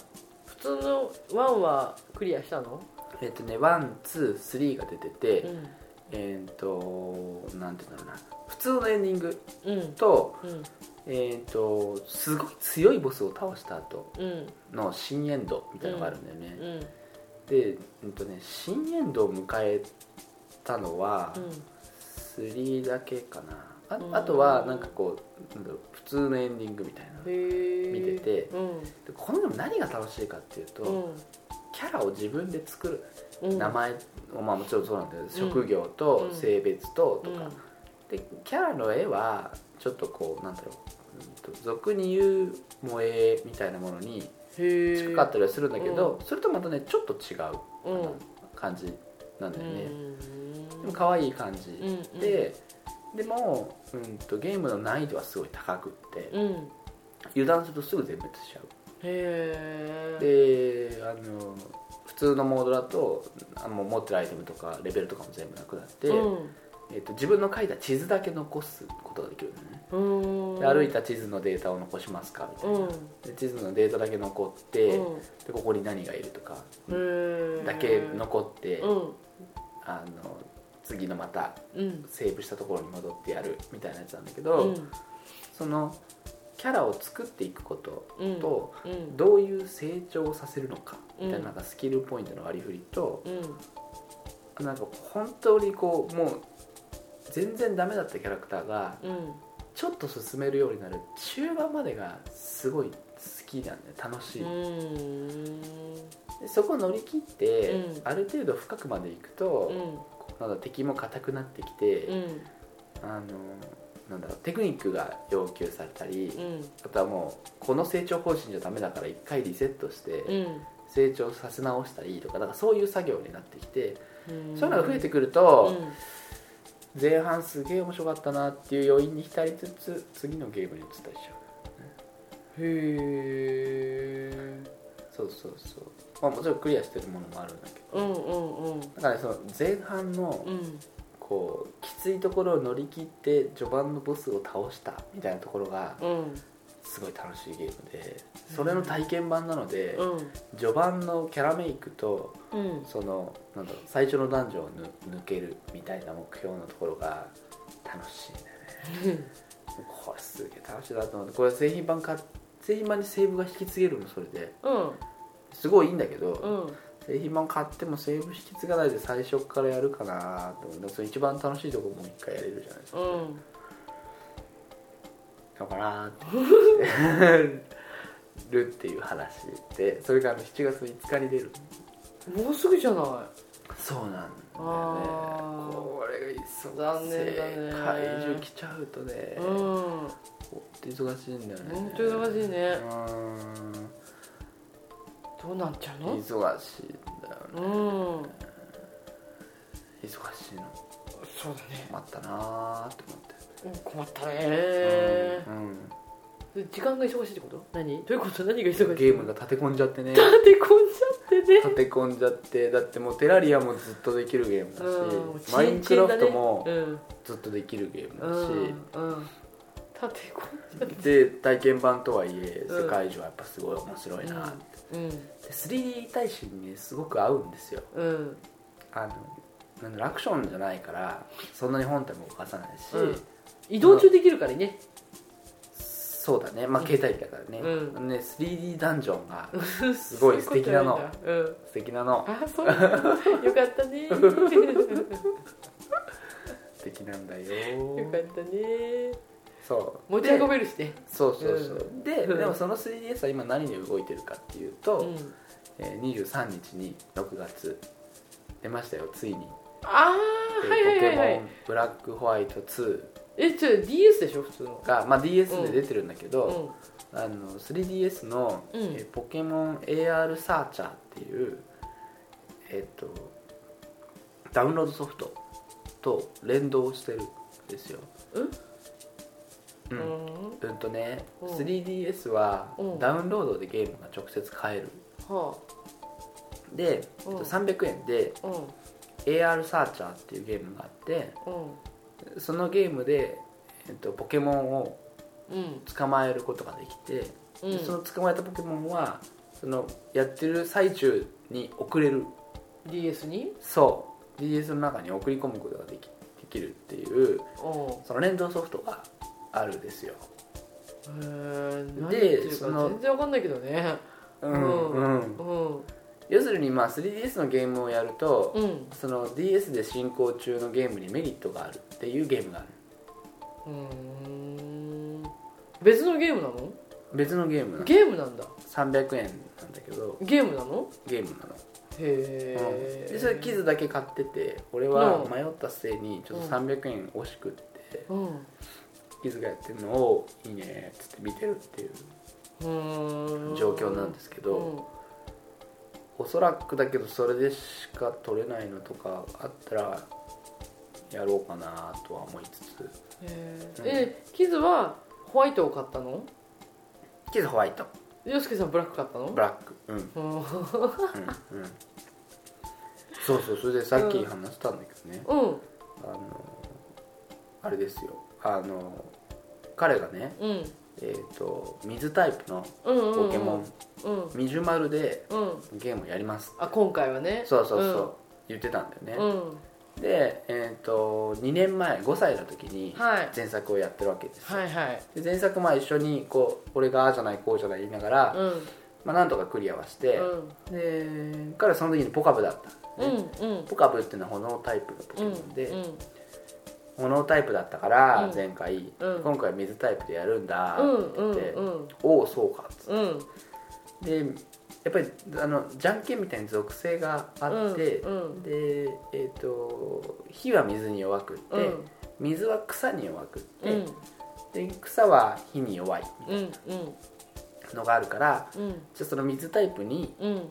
S4: 普通のワンはクリアしたの
S3: えっとねワンツースリーが出てて、
S4: うん
S3: えっ、となんて言うんだろうな普通のエンディング
S4: うん
S3: と,、
S4: うん
S3: えっとすごい強いボスを倒した後
S4: うん
S3: の新エンドみたいなのがあるんだよね、
S4: うん
S3: で、えっとね、新エンドを迎えたのは、3だけかな
S4: うん
S3: ああとはなんかこうなんだろう普通のエンディングみたいな
S4: へえ
S3: 見てて
S4: うん
S3: でこのゲーム何が楽しいかっていうと、
S4: うん
S3: キャラを自分で作る、
S4: うん
S3: 名前もまあもちろんそうなんだけど、職業と
S4: うん
S3: 性別とと
S4: うん
S3: か、でキャラの絵はちょっとこうなんだろう、うんと俗に言う萌えみたいなものに
S4: へえ
S3: 近かったりはするんだけど、それとまたねちょっと違うか
S4: う
S3: な、
S4: ん
S3: 感じなんだよね、
S4: うん
S3: でも可愛い感じ、
S4: うんうん
S3: ででも、うん、とゲームの難易度はすごい高くって
S4: うん
S3: 油断するとすぐ全滅しちゃう
S4: へえ
S3: であの普通のモードだとあの持ってるアイテムとかレベルとかも全部なくなって、
S4: うん
S3: えっと自分の書いた地図だけ残すことができるんだよね
S4: うん
S3: で歩いた地図のデータを残しますかみた
S4: う
S3: いな、
S4: ん
S3: で地図のデータだけ残って、
S4: うんへ
S3: でここに何がいるとか
S4: え
S3: だけ残って、
S4: うん
S3: あの次のまた
S4: うん
S3: セーブしたところに戻ってやるみたいなやつなんだけ
S4: う
S3: ど、
S4: ん
S3: そのキャラを作っていくこと
S4: うん
S3: と
S4: うん
S3: どういう成長をさせるのかみたいな
S4: うん
S3: なんかスキルポイントの割り振りと
S4: うん
S3: なんか本当にこうもう全然ダメだったキャラクターが
S4: うん
S3: ちょっと進めるようになる中盤までがすごい好きなんだよ楽しい
S4: うん
S3: でそこを乗り切って
S4: うん
S3: ある程度深くまで行くとこうなんだ敵も硬くなってきて
S4: うん
S3: あのなんだろうテクニックが要求されたり
S4: うん
S3: あとはもうこの成長方針じゃダメだから一回リセットして
S4: うん
S3: 成長させ直したりとかだからそういう作業になってきて
S4: うん
S3: そういうのが増えてくる
S4: う
S3: と、
S4: ん
S3: 前半すげえ面白かったなっていう要因に浸りつつ次のゲームに移ったりしちゃう
S4: へえ
S3: そうそうそうまあもちろんクリアしてるものもあるんだけ
S4: うんうんうん
S3: どだから、ね、その前半の
S4: うん
S3: こうきついところを乗り切って序盤のボスを倒したみたいなところが
S4: うん
S3: すごい楽しいゲームでそれの体験版なので、
S4: うん
S3: 序盤のキャラメイクと
S4: うん
S3: そのなんだろう最初のダンジョンをぬ抜けるみたいな目標のところが楽しいんだよねこれすげえ楽しいなと思ってこれ製品版買っ製品版にセーブが引き継げるのそれで
S4: うん
S3: すごいいいんだけど、
S4: うん
S3: 製品版買ってもセーブ引き継がないで最初からやるかなと思ってそれ一番楽しいとこもう一回やれるじゃないですか、
S4: うん
S3: だから なーってるっていう話でそれがあの7月5日に出る
S4: もうすぐじゃな
S3: そうなんだよね
S4: あー
S3: これがいっそ
S4: 残念だね
S3: 怪獣来ちゃうとね
S4: いうん
S3: ほんと忙しいんだよね
S4: 本当忙しいね
S3: う
S4: どうなっちゃう
S3: ーん
S4: の
S3: 忙しいんだよね
S4: うん
S3: 忙しいの
S4: そうだね
S3: 困ったなーって思って
S4: うん困ったね
S3: うん
S4: 時間が忙しいってこと何どういうこと何が忙しい
S3: うんゲームが立て込んじゃってね
S4: 立て込んじゃってね
S3: 立て込んじゃってだってもうテラリアもずっとできるゲームだ
S4: うん
S3: しマインクラフトも
S4: うん
S3: ずっとできるゲーム
S4: う
S3: だ
S4: んうん
S3: し
S4: 立て込んじ
S3: で体験版とはいえ
S4: うん
S3: 世界中はやっぱすごい面白いなって
S4: ゃう
S3: で 3D 大使にねすごく合うんですよ
S4: うんうん
S3: あのなんだろうアクションじゃないからそんなに本体も動かさないし、
S4: うん移動中できるからね
S3: そうだねまあ携帯機だからね,、
S4: う
S3: ね 3D ダンジョンがすごい素敵なの
S4: そういう
S3: 素敵なの
S4: ことなんだうんあそうなんだよかっ たねよか
S3: 素敵なんだよ
S4: ったね
S3: そう
S4: 持ち運べるしね
S3: でそうそうそう、
S4: う
S3: で
S4: うん
S3: でもその 3DS は今何で動いてるかっていうと、
S4: うん
S3: えー23日に6月出ましたよついに、
S4: あ
S3: え
S4: あ
S3: ー
S4: はいはい
S3: ポ
S4: はいは
S3: ケ
S4: い
S3: モンブラックホワイト2」
S4: えちょ DS でしょ普通の
S3: が、まあ、DS で出てるんだけど、
S4: うん
S3: あの 3DS の、
S4: うん
S3: えーポケモン AR サーチャーっていう、えっとダウンロードソフトと連動してるんですよう
S4: うん
S3: うん、
S4: ん
S3: とね、
S4: うん
S3: 3DS は
S4: うん
S3: ダウンロードでゲームが直接買える
S4: は
S3: で、えっ
S4: うん
S3: と、300円で
S4: あうん
S3: AR サーチャーっていうゲームがあってそのゲームで、えっと、ポケモンを
S4: うん
S3: 捕まえることができて
S4: うんう
S3: でその
S4: ん
S3: 捕まえたポケモンはそのやってる最中に送れる
S4: DS に
S3: そう DS の中に送り込むことができできるっていう
S4: う
S3: その連動ソフトがあるんですよ
S4: んへー何
S3: で
S4: 言ってる
S3: そ
S4: か
S3: の
S4: 全然わかんないけどね
S3: うんうん
S4: うん
S3: 要するにまあ 3DS のゲームをやると、
S4: うん
S3: その DS で進行中のゲームにメリットがあるっていうゲームがある
S4: うーん別のゲームなの
S3: 別のゲームなの
S4: ゲームなんだ
S3: 300円なんだけど
S4: ゲームなの
S3: ゲームなの、うん
S4: へえ
S3: でそれキズだけ買ってて俺は迷った末にちょっと300円惜しくって、
S4: うん
S3: キズがやってるのをいいねっつって見てるっていう
S4: うーん
S3: 状況なんですけど、おそらくだけどそれでしか取れないのとかあったらやろうかなとは思いつつ
S4: うんへーえキズはホワイトを買ったの
S3: けどホワイト
S4: 洋介さんブラック買ったの
S3: ブラックうんうんうん
S4: うん
S3: そうそうそれでさっき話したんだけどね、
S4: うん
S3: あのあれですよあの彼がね
S4: うん
S3: えっ、と水タイプの
S4: うんうんうん
S3: ポケモン、
S4: うん
S3: ミジュマルで
S4: うん
S3: ゲームやります
S4: あ今回はね
S3: そうそうそう、言ってたんだよね、
S4: うん
S3: で、えー、と2年前5歳の時に
S4: はい
S3: 前作をやってるわけですよ、
S4: はいはい
S3: で前作まあ一緒にこう俺がああじゃないこうじゃない言いながら、
S4: うん
S3: まあ、なんとかクリアはして、で彼はその時にポカブだった、
S4: う
S3: ね
S4: んうんうん
S3: ポカブっていうのは炎タイプのポケモンで、
S4: うん
S3: 炎タイプだったか
S4: う
S3: ら
S4: ん
S3: 前回、
S4: うん
S3: 今回は水タイプでやるんだ
S4: うん
S3: って
S4: う
S3: 言
S4: ん
S3: って、
S4: うん
S3: おおそうかっつっ
S4: うん
S3: てでやっぱりあのじゃんけんみたいに属性があって、
S4: うんうん
S3: でえっ、と火は水に弱くって、
S4: うん
S3: 水は草に弱くって、
S4: うん
S3: で草は火に弱いみたいな
S4: うんうん
S3: のがあるから
S4: うん
S3: じゃあその水タイプに
S4: うん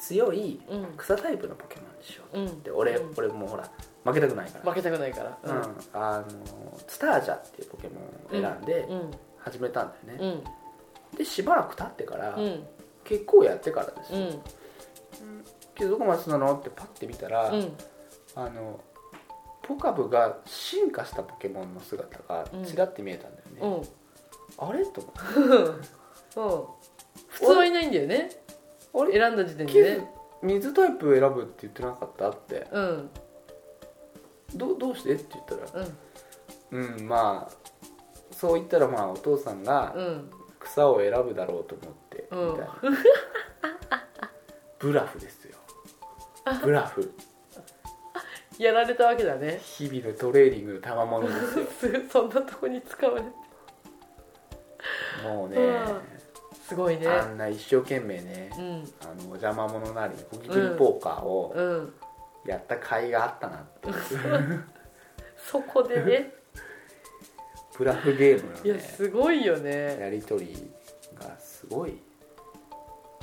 S3: 強い
S4: うん
S3: 草タイプのポケモンにしよう
S4: うん
S3: って俺,、
S4: うん
S3: 俺もほら負けたくないから、
S4: 負けたくないから
S3: うんあのツタージャっていうポケモンを選んで
S4: うん
S3: 始めたんだよ
S4: う
S3: ね、
S4: ん
S3: でしばらく経ってから、
S4: うん
S3: 結構やってからです
S4: う
S3: よ、
S4: ん
S3: けどどこまで進んだのってパッて見たら、
S4: うん
S3: あのポカブが進化したポケモンの姿が
S4: うん
S3: ちらって見えたんだよね
S4: う、ん
S3: あれと思って
S4: うん普通はいないんだよね
S3: 俺
S4: 選んだ時点
S3: キ
S4: で
S3: ズ
S4: ね
S3: 水タイプ選ぶって言ってなかったって
S4: うん
S3: どうどうしてって言ったら
S4: うん
S3: うんまあそう言ったらまあお父さんが
S4: うん
S3: 草を選ぶだろうと思って
S4: うん
S3: みたいな、 ブラフですよブラフ
S4: やられたわけだね
S3: 日々のトレーニングの賜物ですよ
S4: そんなとこに使われて
S3: もうね、
S4: うんすごいね
S3: あんな一生懸命ね、
S4: うん
S3: あのお邪魔者なりゴキブリポーカーを
S4: うん
S3: やった甲斐があったなって、
S4: そ こでね
S3: ブラフゲームの
S4: いや
S3: ね
S4: すごいよね
S3: やり取りがすごい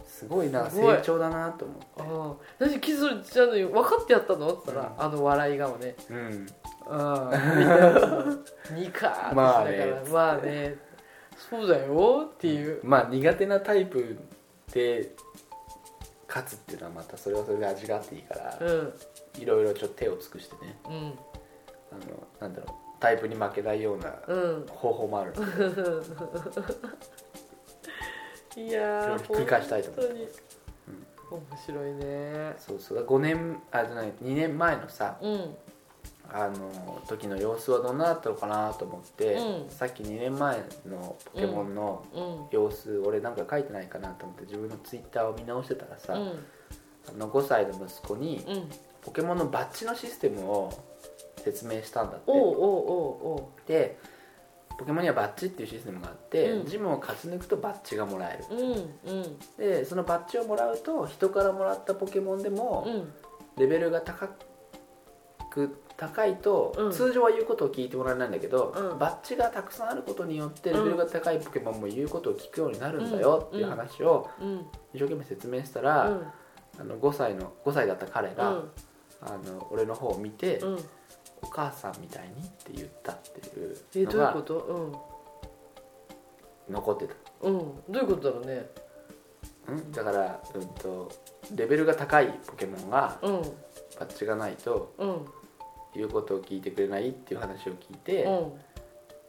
S3: すごいな
S4: すごい
S3: 成長だなと思
S4: う
S3: っ
S4: ん私キズちゃんのに分かってやったのって言ったら、
S3: うん
S4: あの笑い顔ね
S3: てうん
S4: うんニカーってしながら
S3: ま
S4: ま
S3: あ
S4: あ
S3: ね
S4: ねそうだよっていう
S3: まあ苦手なタイプで勝つっていうのはまたそれはそれで味があっていいから
S4: うん
S3: いろいろちょっと手を尽くしてね
S4: うん
S3: あのなんだろうタイプに負けないような
S4: うん
S3: 方法もあるので
S4: いやー
S3: それをひっくり返したいと思って
S4: 本当に面白いね
S3: そうそう5年あじゃない2年前のさ
S4: うん
S3: あの時の様子はどんなだったのかなと思って、
S4: うん
S3: さっき2年前のポケモンの
S4: うん
S3: 様子、俺なんか書いてないかなと思って自分のツイッターを見直してたらさ、
S4: うん
S3: あの5歳の息子に
S4: うん
S3: ポケモンのバッジのシステムを説明したんだって
S4: おうおうおうお
S3: でポケモンにはバッジっていうシステムがあって、
S4: うん
S3: ジムを勝ち抜くとバッジがもらえる
S4: ううんうん
S3: でそのバッジをもらうと人からもらったポケモンで
S4: う
S3: も
S4: ん
S3: レベルが高く高いと、
S4: うん
S3: 通常は言うことを聞いてもらえないんだけど、
S4: うん
S3: バッジがたくさんあることによってレベルが高いポケモンも言うことを聞くようになるんだよっていう話を
S4: うん
S3: 一生懸命説明した
S4: う
S3: ら、
S4: ん
S3: あの5歳の5歳だった彼が、
S4: うん
S3: あの俺の方を見て、
S4: うん
S3: お母さんみたいにって言ったってい
S4: え
S3: うの
S4: どういうこ
S3: が
S4: と
S3: 残ってた
S4: うんうんどういうことだろうね
S3: うんだから、うん、とレベルが高いポケモンが
S4: うん
S3: バッジがないと
S4: うん
S3: 言うことを聞いてくれないっていう話を聞いて、
S4: うん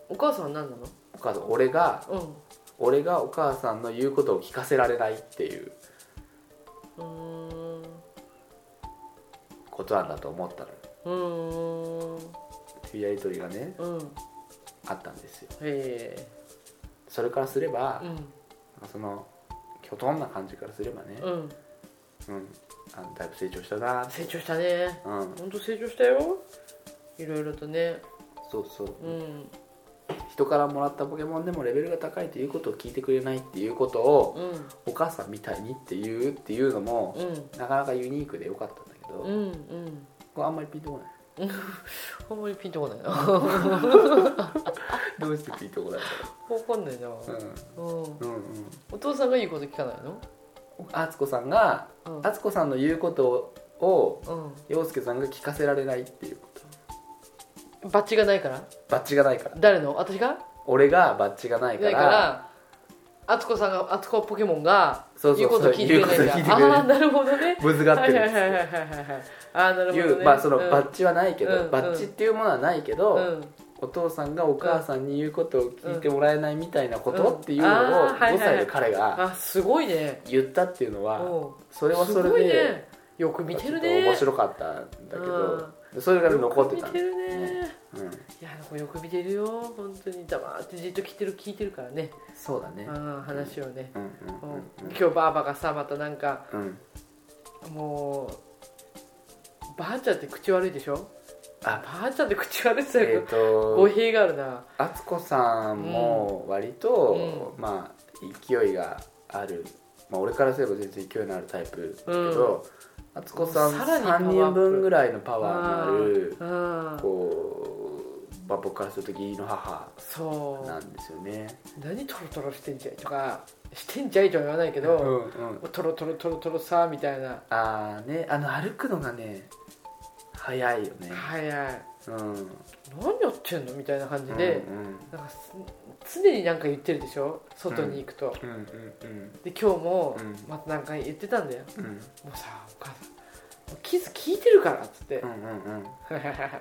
S4: お母さんは何なの
S3: お母さん俺が
S4: うん
S3: 俺がお母さんの言うことを聞かせられないっていう
S4: うーん
S3: ことなんだと思ったの
S4: うーん
S3: っていうやり取りがね
S4: うん
S3: あったんですよ
S4: へえ
S3: それからすれば、
S4: うん
S3: そのきょとんな感じからすればね、
S4: うん
S3: うんあのだいぶ成長したなって
S4: 成長したね
S3: うん
S4: ほんと成長したよいろいろとね
S3: そうそう、
S4: うん
S3: 人からもらったポケモンでもレベルが高いということを聞いてくれないっていうことを
S4: う
S3: お
S4: ん
S3: 母さんみたいにっていうっていうのも
S4: うん
S3: なかなかユニークでよかったんだけど、
S4: うんうん
S3: これあんまりピンとこない
S4: あんまりピンとこないなわ
S3: どうしてピンとこないん
S4: かんないな、
S3: だろ
S4: うん、
S3: ううんうんうん
S4: お父さんがいいこと聞かないの
S3: 敦子さんが
S4: うん
S3: 敦子さんの言うことを
S4: う
S3: 陽介さんが聞かせられないっていうこと
S4: んバッジがないから
S3: バッジがないから
S4: 誰の私が
S3: 俺がバッジがないか
S4: な
S3: ら
S4: いからあつこさんがあつこポケモンが
S3: そうそう
S4: 言うことを聞いてくれな
S3: そう
S4: いんだ
S3: 言うことを聞いてくれない
S4: ああーなるほどね
S3: むずがっ
S4: は
S3: て
S4: い
S3: る
S4: は
S3: ん
S4: いは
S3: で
S4: いはいはいはいああなる
S3: すい
S4: ほど
S3: う
S4: ね
S3: まあその
S4: うん
S3: バッジはないけ
S4: うん
S3: ど
S4: うん
S3: バッジっていうものはないけど
S4: うん
S3: お父さんがお母さんに言うことを聞いてもらえないみたいなこ
S4: う
S3: と
S4: ん
S3: っていうのを
S4: あーはいはい
S3: 5歳の彼が
S4: あすごいね
S3: 言ったっていうのは
S4: うん
S3: それはそ
S4: すご
S3: れ
S4: い
S3: で
S4: ねよく見てるね
S3: ちょっと面白かったんだけどそれが
S4: よ
S3: 残っ
S4: く
S3: て
S4: 見
S3: たん
S4: て
S3: だよ
S4: るね
S3: うん
S4: いやこれよく見てるよ本当に黙ってじっと聞いてる聞いてるからね
S3: そうだね
S4: うん話をね、
S3: うんう
S4: う
S3: ん
S4: ん
S3: うんうん
S4: 今日ばあばがさまたなんか
S3: うん、
S4: もうばあちゃんって口悪いでしょ
S3: あ
S4: ばあちゃんって口悪いって
S3: え
S4: 言
S3: っ、
S4: ったら語
S3: と
S4: 弊があるな
S3: 敦子さんも割と、まあ勢いがある、まあ、俺からすれば全然勢いのあるタイプだけど敦子、さん
S4: さらにパワーアッ
S3: 3
S4: プ
S3: 人分ぐらいのパワーのある
S4: うん
S3: こうまあ、僕からすると義理の母
S4: そ
S3: なんですよね
S4: う何トロトロしてんじゃいとかしてんじゃいとは言わないけど、
S3: うんうん
S4: おトロトロトロトロさみたいな
S3: ああねあの歩くのがね早いよね
S4: 早い
S3: うん
S4: 何やってんのみたいな感じで、
S3: うん
S4: なんかす常に何か言ってるでしょ外に行くと、
S3: うんうんうん
S4: で今日も
S3: うん
S4: また何か言ってたんだよ、
S3: うん
S4: もうさお母さんもうキス聞いてるからっつ って、
S3: うんうんうんうん
S4: っ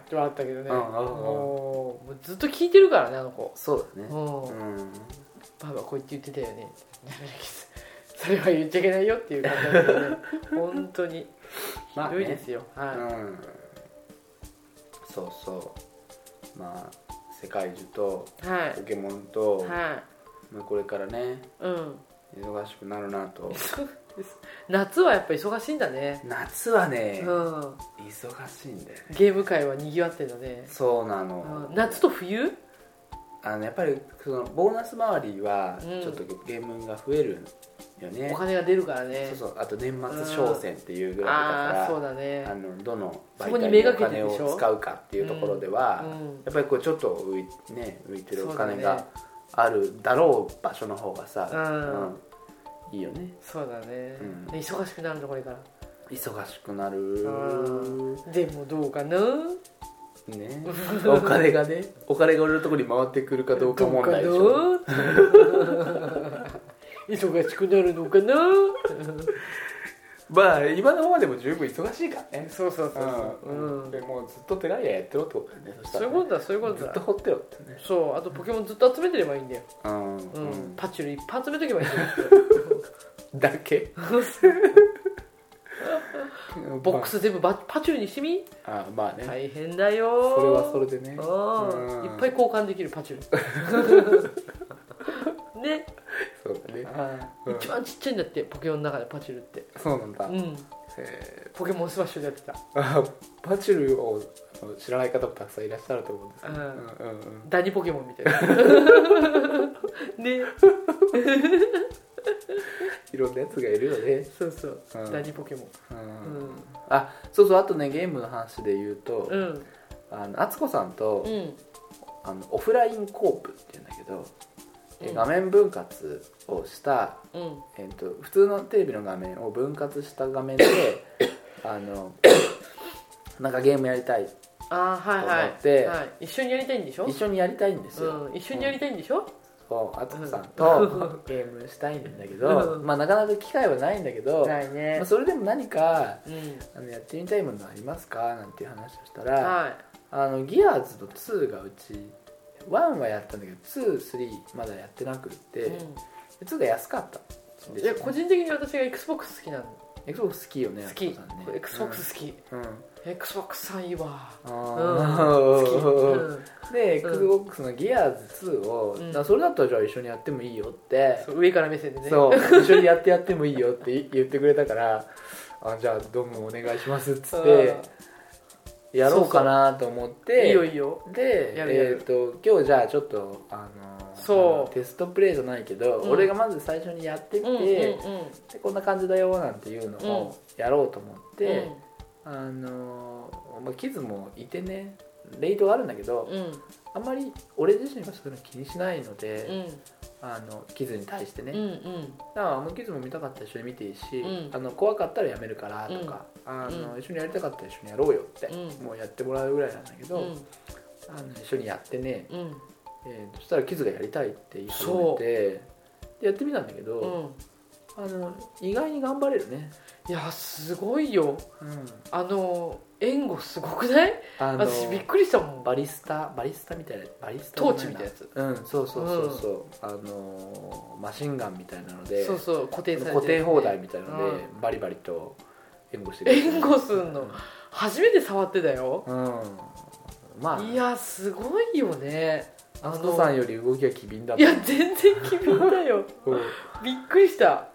S4: て笑ったけどね、
S3: うんうんうん
S4: もうもうずっと聞いてるからねあの子
S3: そうだ
S4: う
S3: ね
S4: ん
S3: うん
S4: ばあばこう言って言ってたよね だからキスそれは言っちゃいけないよっていう感じだけど ね本当にひ
S3: まあね
S4: どいですよ、はい、
S3: うんそうそうまあ世界中と
S4: は
S3: ポ
S4: い
S3: ケモンと、
S4: はい
S3: まあ、これからね
S4: うん
S3: 忙しくなるな と
S4: 夏はやっぱ忙しいんだね
S3: 夏はね、
S4: うん
S3: 忙しいんだよね
S4: ゲーム界はにぎわってるのね、
S3: そうな
S4: う
S3: の、
S4: ん、夏と冬
S3: あのやっぱりそのボーナス周りは
S4: うん
S3: ちょっとゲームが増えるよね、
S4: お金が出るからね
S3: そうそうあと年末商戦っていうぐらい
S4: ああ
S3: だ
S4: ー
S3: か
S4: そうだね
S3: らあのどの
S4: そこに
S3: 媒
S4: め
S3: 体
S4: が
S3: にお
S4: け
S3: 金
S4: てるでしょ
S3: を使うかっていうところでは、
S4: うん
S3: やっぱりこうちょっと浮い,、ね、浮いてるお金
S4: そうだね
S3: があるだろう場所の方がさ、
S4: うん
S3: うんいいよね
S4: そうだね、
S3: うん
S4: で忙しくなるのこれから
S3: 忙しくなる、
S4: うんでもどうかな
S3: ね、お金がねお金が俺のところに回ってくるかどうか
S4: どう
S3: 問
S4: かな
S3: 題でしょ
S4: 忙しくなるのかな
S3: まあ今のままでも十分忙しいからね
S4: そうそうそうそう、
S3: うん
S4: うん
S3: でもうずっとテラリアやってろってことだよねそした
S4: そ
S3: ら
S4: うい
S3: ね
S4: うことだそういうこと
S3: ずっと
S4: だ
S3: 掘ってろってね
S4: そうあとポケモンずっと集めてればいいんだよ、
S3: うん、う
S4: うん
S3: ん、
S4: パチュルいっぱい集めとけばいいんだ よ
S3: だけ
S4: ボックス全部バパチュルにしてみ
S3: あまあね、
S4: 大変だよ
S3: それはそれでね
S4: うん
S3: うん
S4: いっぱい交換できるパチ ュルね
S3: そうだね、うん
S4: 一番ちっちゃいんだってポケモンの中でパチュルって
S3: そうなんだ、
S4: うん
S3: え
S4: ポケモンスマッシュでやってた
S3: ーあパチュルをあの知らない方もたくさんいらっしゃると思うんですけど、
S4: う
S3: うんんうんうん
S4: ダニポケモンみた いなね
S3: いろんなやつがいるよね、
S4: そうそう、
S3: うん
S4: ダニポケモン
S3: うん
S4: うん
S3: あそうそうあとねゲームの話で言うと、
S4: うん
S3: あの敦子さんと、
S4: うん
S3: あのオフラインコープっていうんだけど、え
S4: うん
S3: 画面分割をした、
S4: うん
S3: えっと普通のテレビの画面を分割した画 面であのなんかゲームやりたい
S4: あーはい
S3: と思って
S4: はい、はい、一緒にやりたいんでしょ
S3: 一緒にやりたいんですよ、
S4: うん、一緒にやりたいんでしょ、
S3: そう敦子さん
S4: う
S3: と ゲームしたいんだけど、
S4: うん
S3: まあ、なかなか機会はないんだけど、
S4: ないね
S3: まあ、それでも何か
S4: うん
S3: あのやってみたいものありますかなんていう話をしたら、
S4: は
S3: あのギアーズと2がうち1はやったんだけど23まだやってなくっ
S4: い、
S3: て、
S4: う
S3: 2が安かった
S4: ん、いや個人的に私が XBOX 好きなの
S3: XBOX 好きよね
S4: 好き、
S3: 安藤さんね
S4: XBOX 好き、
S3: うん、うん
S4: XBOX さんいいわ
S3: あ
S4: 好き、
S3: ー
S4: うん
S3: で
S4: うん
S3: XBOX のギアーズ2を、
S4: うん
S3: だからそれだったらじゃあ一緒にやってもいいよって
S4: そう上から目線でね
S3: そう一緒にやってやってもいい よって言言ってくれたからあじゃあどうもお願いしますっつってやろうかなと思っ
S4: うん
S3: て
S4: いいよいいよ
S3: で
S4: やるやる
S3: えー、と今日じゃあちょっとあの
S4: そう
S3: テストプレイじゃないけど、
S4: うん
S3: 俺がまず最初にやってみて、
S4: うんうんうん
S3: でこんな感じだよなんていうのをやろうと思って、あのまあ、キズもいてねレイトはあるんだけど、
S4: うんうん
S3: あんまり俺自身はそういうの気にしないので、
S4: うん
S3: あのキズに対してね、
S4: うん
S3: だからもうキズも見たかったら一緒に見ていいし、
S4: うん
S3: あの怖かったらやめるからとか、あの
S4: うん
S3: 一緒にやりたかったら一緒にやろうよって、
S4: うん
S3: もうやってもらうぐらいなんだけど、
S4: うん
S3: あの一緒にやってね、
S4: うん
S3: えーそしたらキズがやりたいって言い始めてでやってみたんだけ
S4: う
S3: ど、
S4: ん
S3: あの意外に頑張れるね、
S4: いやすごいよ
S3: うん、
S4: あの援護すごくない
S3: あの
S4: 私びっくりしたもん
S3: バリスタバリスタみたいなバリスタ
S4: トーチみたいなやつ
S3: うんそうそうそうそう、あのーマシンガンみたいなので
S4: そうそう固定されてる
S3: 固定放題みたいなので、バリバリと援護してくれる
S4: 援護すんの初めて触ってたよ
S3: うんまあ
S4: いやすごいよね
S3: あ
S4: あ
S3: の
S4: の
S3: さんより動きが機敏だっ
S4: い
S3: た
S4: や全然君だ よ
S3: うん
S4: びっくりした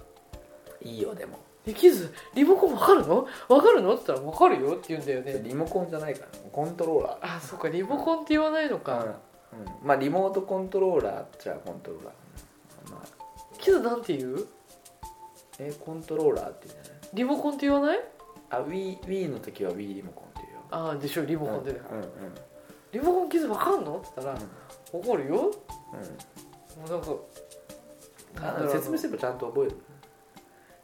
S3: いいよでも
S4: でキズリモコンわかるのわかるのって言ったらわかるよって言うんだよね
S3: リモコンじゃないからコントローラー
S4: あそうかリモコンって言わないのか、
S3: うんうん、まあリモートコントローラーっちゃコントローラー、まあ、
S4: キズなんて言う
S3: えコントローラーって言うんじゃない
S4: リモコンって言わない
S3: あ Wii, Wii の時は Wii リモコンっていうよ
S4: ああでしょリモコンって、
S3: うんうん
S4: リモコン傷わかんの?」って言ったら「わかるよ」もうなんかなんだ
S3: あ
S4: ろう
S3: 説明すればちゃんと覚える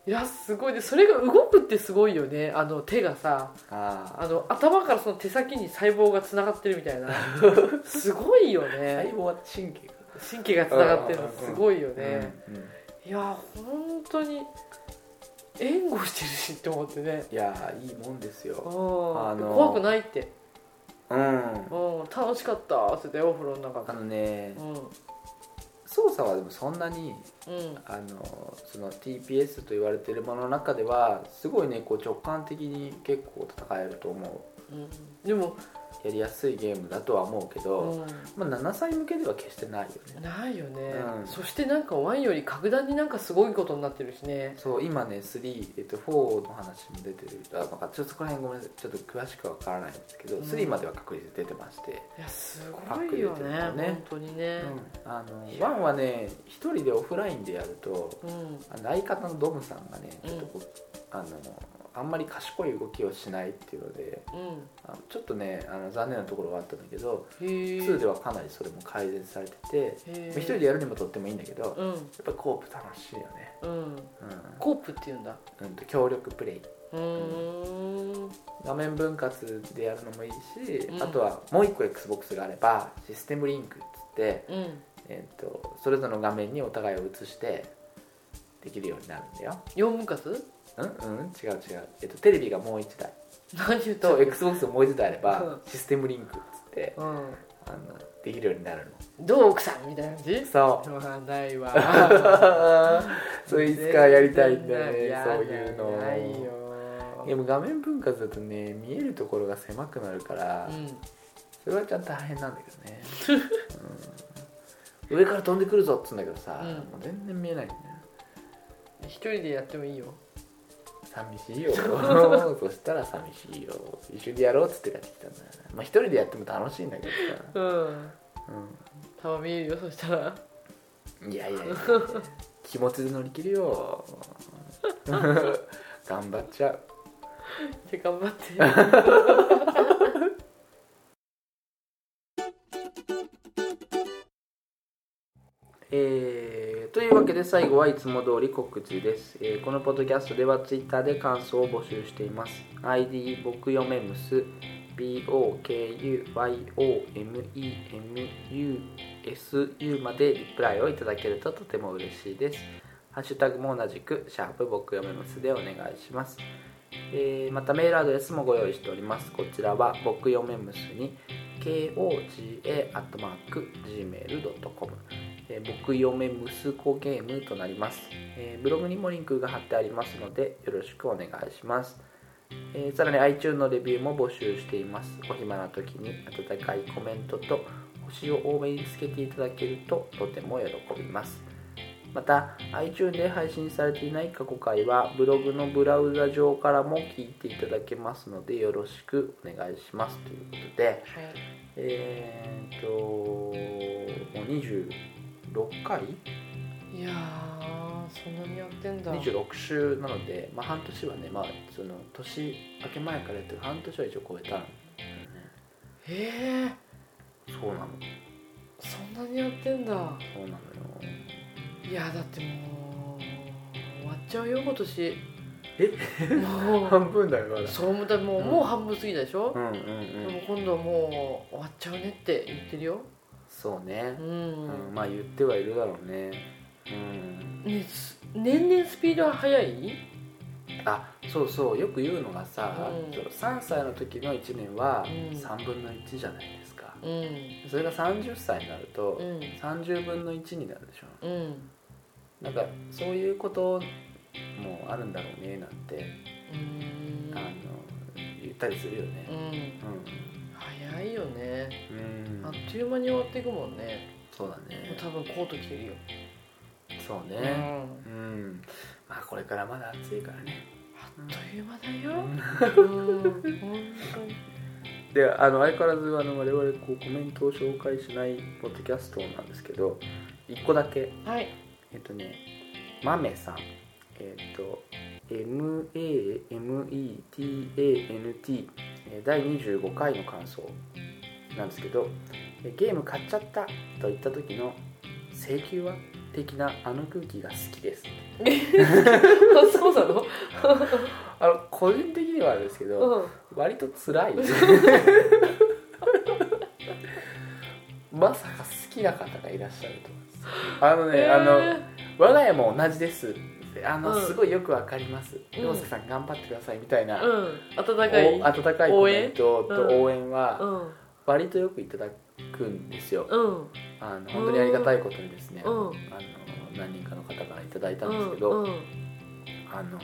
S4: いやすごいでそれが動くってすごいよねあの手がさ
S3: あ
S4: あの頭からその手先に細胞がつながってるみたい なすごいよ
S3: 細
S4: ね
S3: 胞は神経が
S4: 神経がつながってるのすごいよね、
S3: うんうん
S4: いや本当に援護してるしって思ってね
S3: いやーいいもんです
S4: うん
S3: よ
S4: 怖くないって、
S3: うんあ
S4: うん、楽しかったって言ってお風呂の中で
S3: のね
S4: うん
S3: 操作はでもそんなに
S4: うん
S3: あのその TPS と言われてるものの中ではすごいねこう直感的に結構戦えると思
S4: うんでも、
S3: うやりやすいゲームだとは思うけ
S4: う
S3: ど、
S4: ん、
S3: まあ、7歳向けでは決してないよね
S4: ないよね、
S3: うん
S4: そしてなんかワンより格段になんかすごいことになってるしね
S3: そう今ね3、えっと、4の話も出てるあなんかちょっとそこら辺ごめんなさいちょっと詳しくは分からないんですけど、
S4: うん
S3: 3までは確実に出てまして、
S4: いやすごいよ
S3: パック入れ
S4: ね
S3: てるのね
S4: 本当にね
S3: あの1はね1人でオフラインでやると
S4: うん
S3: あの相方のドムさんがねちょっとこう、あのあんまり賢い動きをしないっていうので
S4: うん
S3: あのちょっとねあの残念なところはあったんだけど
S4: へえ
S3: 2ではかなりそれも改善されてて
S4: へ
S3: 一
S4: え
S3: 人でやるにもとってもいいんだけどやっ
S4: うん
S3: ぱコープ楽しいよね
S4: うん
S3: う
S4: コープって言うんだ
S3: ん、うんと、協力プレイ
S4: うーん
S3: 画面分割でやるのもいいし、
S4: うん
S3: あとはもう一個 XBOX があればシステムリンクっつって、
S4: うん
S3: えっとそれぞれの画面にお互いを映してできるようになるんだよ
S4: 4分割
S3: うんうん違う違う、えっとテレビがもう1台
S4: 何言った
S3: と XBOX がもう1台あれば
S4: う
S3: システムリンクっつって
S4: うん
S3: あのできるようになるの
S4: どう奥さんみたいな感じ
S3: そう
S4: そうなんないわ
S3: それいつかやりたいんだよね
S4: や
S3: そういうの
S4: ない
S3: で
S4: よ
S3: も画面分割だとね見えるところが狭くなるから、
S4: うん
S3: それはちゃんと大変なんだけどね、うん上から飛んでくるぞっつうんだけどさ、
S4: うん
S3: もう全然見えないんだよ
S4: 一人でやってもいいよ
S3: 寂しいよ そしたら寂しいよ一緒にやろうっつって帰ってきたんだよねまあ一人でやっても楽しいんだけど
S4: うん
S3: さ、
S4: たま見えるよそした ら
S3: うん、いやいやいや気持ちで乗り切るよ 頑張っちゃう
S4: じゃあ頑 張って
S3: えーというわけで最後はいつも通り告知です、えーこのポッドキャストではツイッターで感想を募集しています ID 僕よめむす BOKUYOMEMUSU までリプライをいただけるととても嬉しいですハッシュタグも同じくシャープ僕よめむすでお願いしますえーまたメールアドレスもご用意しておりますこちらは僕よめむすに koga.gmail.com えー僕嫁息子ゲームとなります、えーブログにもリンクが貼ってありますのでよろしくお願いします、えーさらに iTunes のレビューも募集していますお暇な時に温かいコメントと星を多めにつけていただけるととても喜びますまた iTunes で配信されていない過去回はブログのブラウザ上からも聞いていただけますのでよろしくお願いしますということで
S4: はい
S3: えー、っともう26回
S4: いやーそんなにやってんだ
S3: 26週なので、まあ、半年はね、まあ、その年明け前からやってる半年は一応超えたんだよね
S4: へえ
S3: そうなの
S4: そんなにやってんだ
S3: そうなのよ
S4: いやだってもう終わっちゃうよ今年
S3: え
S4: もう
S3: 分だよまだ
S4: そう思ったらもう,、
S3: うん
S4: もう半分過ぎたでしょ
S3: う、んうんう
S4: でも
S3: ん
S4: 今度はもう終わっちゃうねって言ってるよ
S3: そう
S4: う
S3: ね、うん
S4: ん、
S3: まあ言ってはいるだろうねうん
S4: ねす年々スピードは速い
S3: あそうそうよく言うのがさ、
S4: うん
S3: 3歳の時の1年は
S4: うん
S3: 3分の1じゃないですか、
S4: うん
S3: それが30歳になると、
S4: うん
S3: 30分の1になるでしょ
S4: うん
S3: なんかそういうこともあるんだろうねなんて、
S4: うん
S3: あの言ったりするよね
S4: うん早いよね
S3: うん、
S4: あっという間に終わっていくもんね
S3: そうだ
S4: もう
S3: ね
S4: 多分コート着てるよ、
S3: そう
S4: うん、
S3: ね
S4: あ
S3: うん、まあこれからまだ暑いからね
S4: っという間だよ、うん、本当に
S3: であの相変わらずあの我々こうコメントを紹介しないポッドキャストなんですけど1個だけ
S4: はい
S3: えっとねマメさんえっと MAMETANT えー第25回の感想なんですけどえゲーム買っちゃったと言った時の請求は的なあの空気が好きです
S4: そうなの
S3: あの個人的にはあれですけど、
S4: うん
S3: 割と 辛い まさか好きな方がいらっしゃるとはあのね、
S4: えー
S3: あの我が家も同じですあの、
S4: うん
S3: すごいよくわかります
S4: うん
S3: 洋介さん頑張ってくださいみたいな、
S4: うん温かい
S3: お温かいコメントと
S4: 応援
S3: 応援
S4: う
S3: は
S4: ん
S3: 割とよくいただくんですよ、
S4: うん
S3: あの本当にありがたいことにですね、
S4: うん
S3: あの何人かの方からいただいたん
S4: う
S3: です
S4: ん
S3: けど、
S4: うん
S3: あの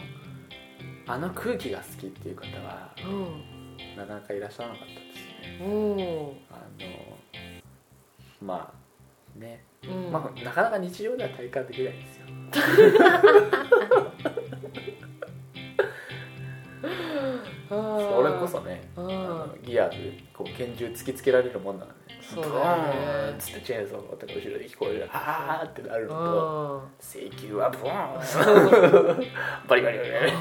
S3: あの空気が好きっていう方はなかなかいらっしゃらなかったですね
S4: うんうん
S3: あのまあね、
S4: うん
S3: まあ、なかなか日常では体感できないですよ
S4: あー
S3: それこそね
S4: う
S3: あ
S4: ん
S3: のギアでこう拳銃突きつけられるもんなのね
S4: そうだ
S3: ド
S4: よね
S3: ーンっつってチェーンソーとか後ろで聞こえるああってなるのと請求はブーン バリバリバリバリ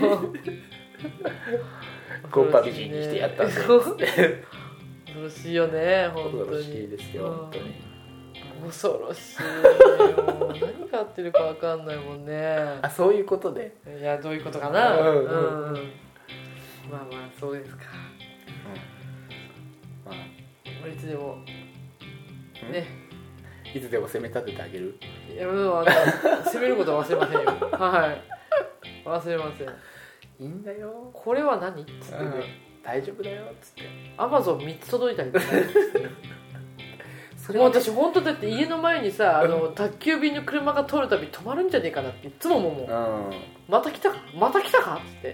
S3: コッパ美人にしてやったんだよつっ
S4: 恐
S3: て
S4: ろしいよね本
S3: 恐
S4: 当
S3: ろ
S4: に
S3: しいです よ本当に
S4: うん恐ろしいよ何が合ってるかわかんないもんね
S3: あそういうことで、
S4: いやどういうことかな
S3: う
S4: うん
S3: うん
S4: ん、まあまあそうですか
S3: まあ
S4: いつでも
S3: ん
S4: ね
S3: いつでも攻め立ててあげる
S4: いやもうあの攻めることは忘れ ませんよはい忘れません
S3: いいんだよ
S4: これは何っつって
S3: うん大丈夫だよっつって
S4: アマゾン3つ届いたりとかね もう私本当だって家の前にさあの宅急便の車が通るたび止まるんじゃねえかなっていつも思うもん
S3: う
S4: また来たかまた来たかっつって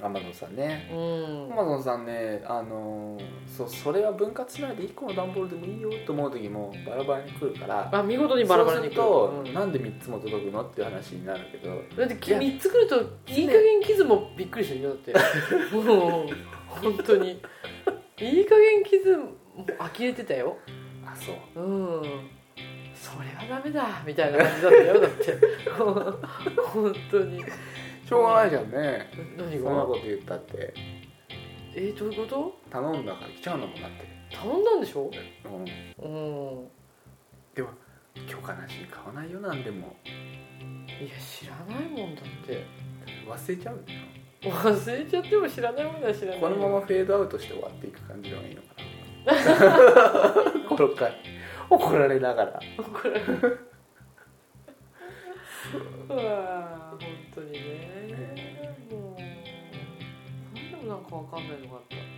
S3: んアマゾンさんね
S4: うん
S3: アマゾンさんねあのーそうそれは分割しないで1個の段ボールでもいいよと思う時もバラバラに来るから
S4: あ見事にバラバラに
S3: そう
S4: 来
S3: す
S4: る
S3: ると、
S4: うん
S3: なんで3つも届くのっていう話になるけど
S4: だってき
S3: いや
S4: 3つ来るといい加減キズもびっくりしてるよだってもう本当にいい加減キズも呆れてたよ
S3: あそう
S4: うんそれはダメだみたいな感じだったよだって本当に
S3: しょうがないじゃんねそ
S4: 何
S3: んな
S4: が
S3: こと言ったって
S4: えー、どういうこと
S3: 頼んだから来ちゃうのもんだって、
S4: 頼んだんでしょ
S3: うん、
S4: うん
S3: では許可なしに買わないよなんでも
S4: いや知らないもんだって
S3: 忘れちゃうんだよ
S4: 忘れちゃっても知らないもんだ知らない
S3: このま
S4: ま
S3: まフェードアウトして終わっていく感じの方がいいの かな5回怒られながら
S4: 怒られるうわー本当にねもう何でもなんかわかんないのがあった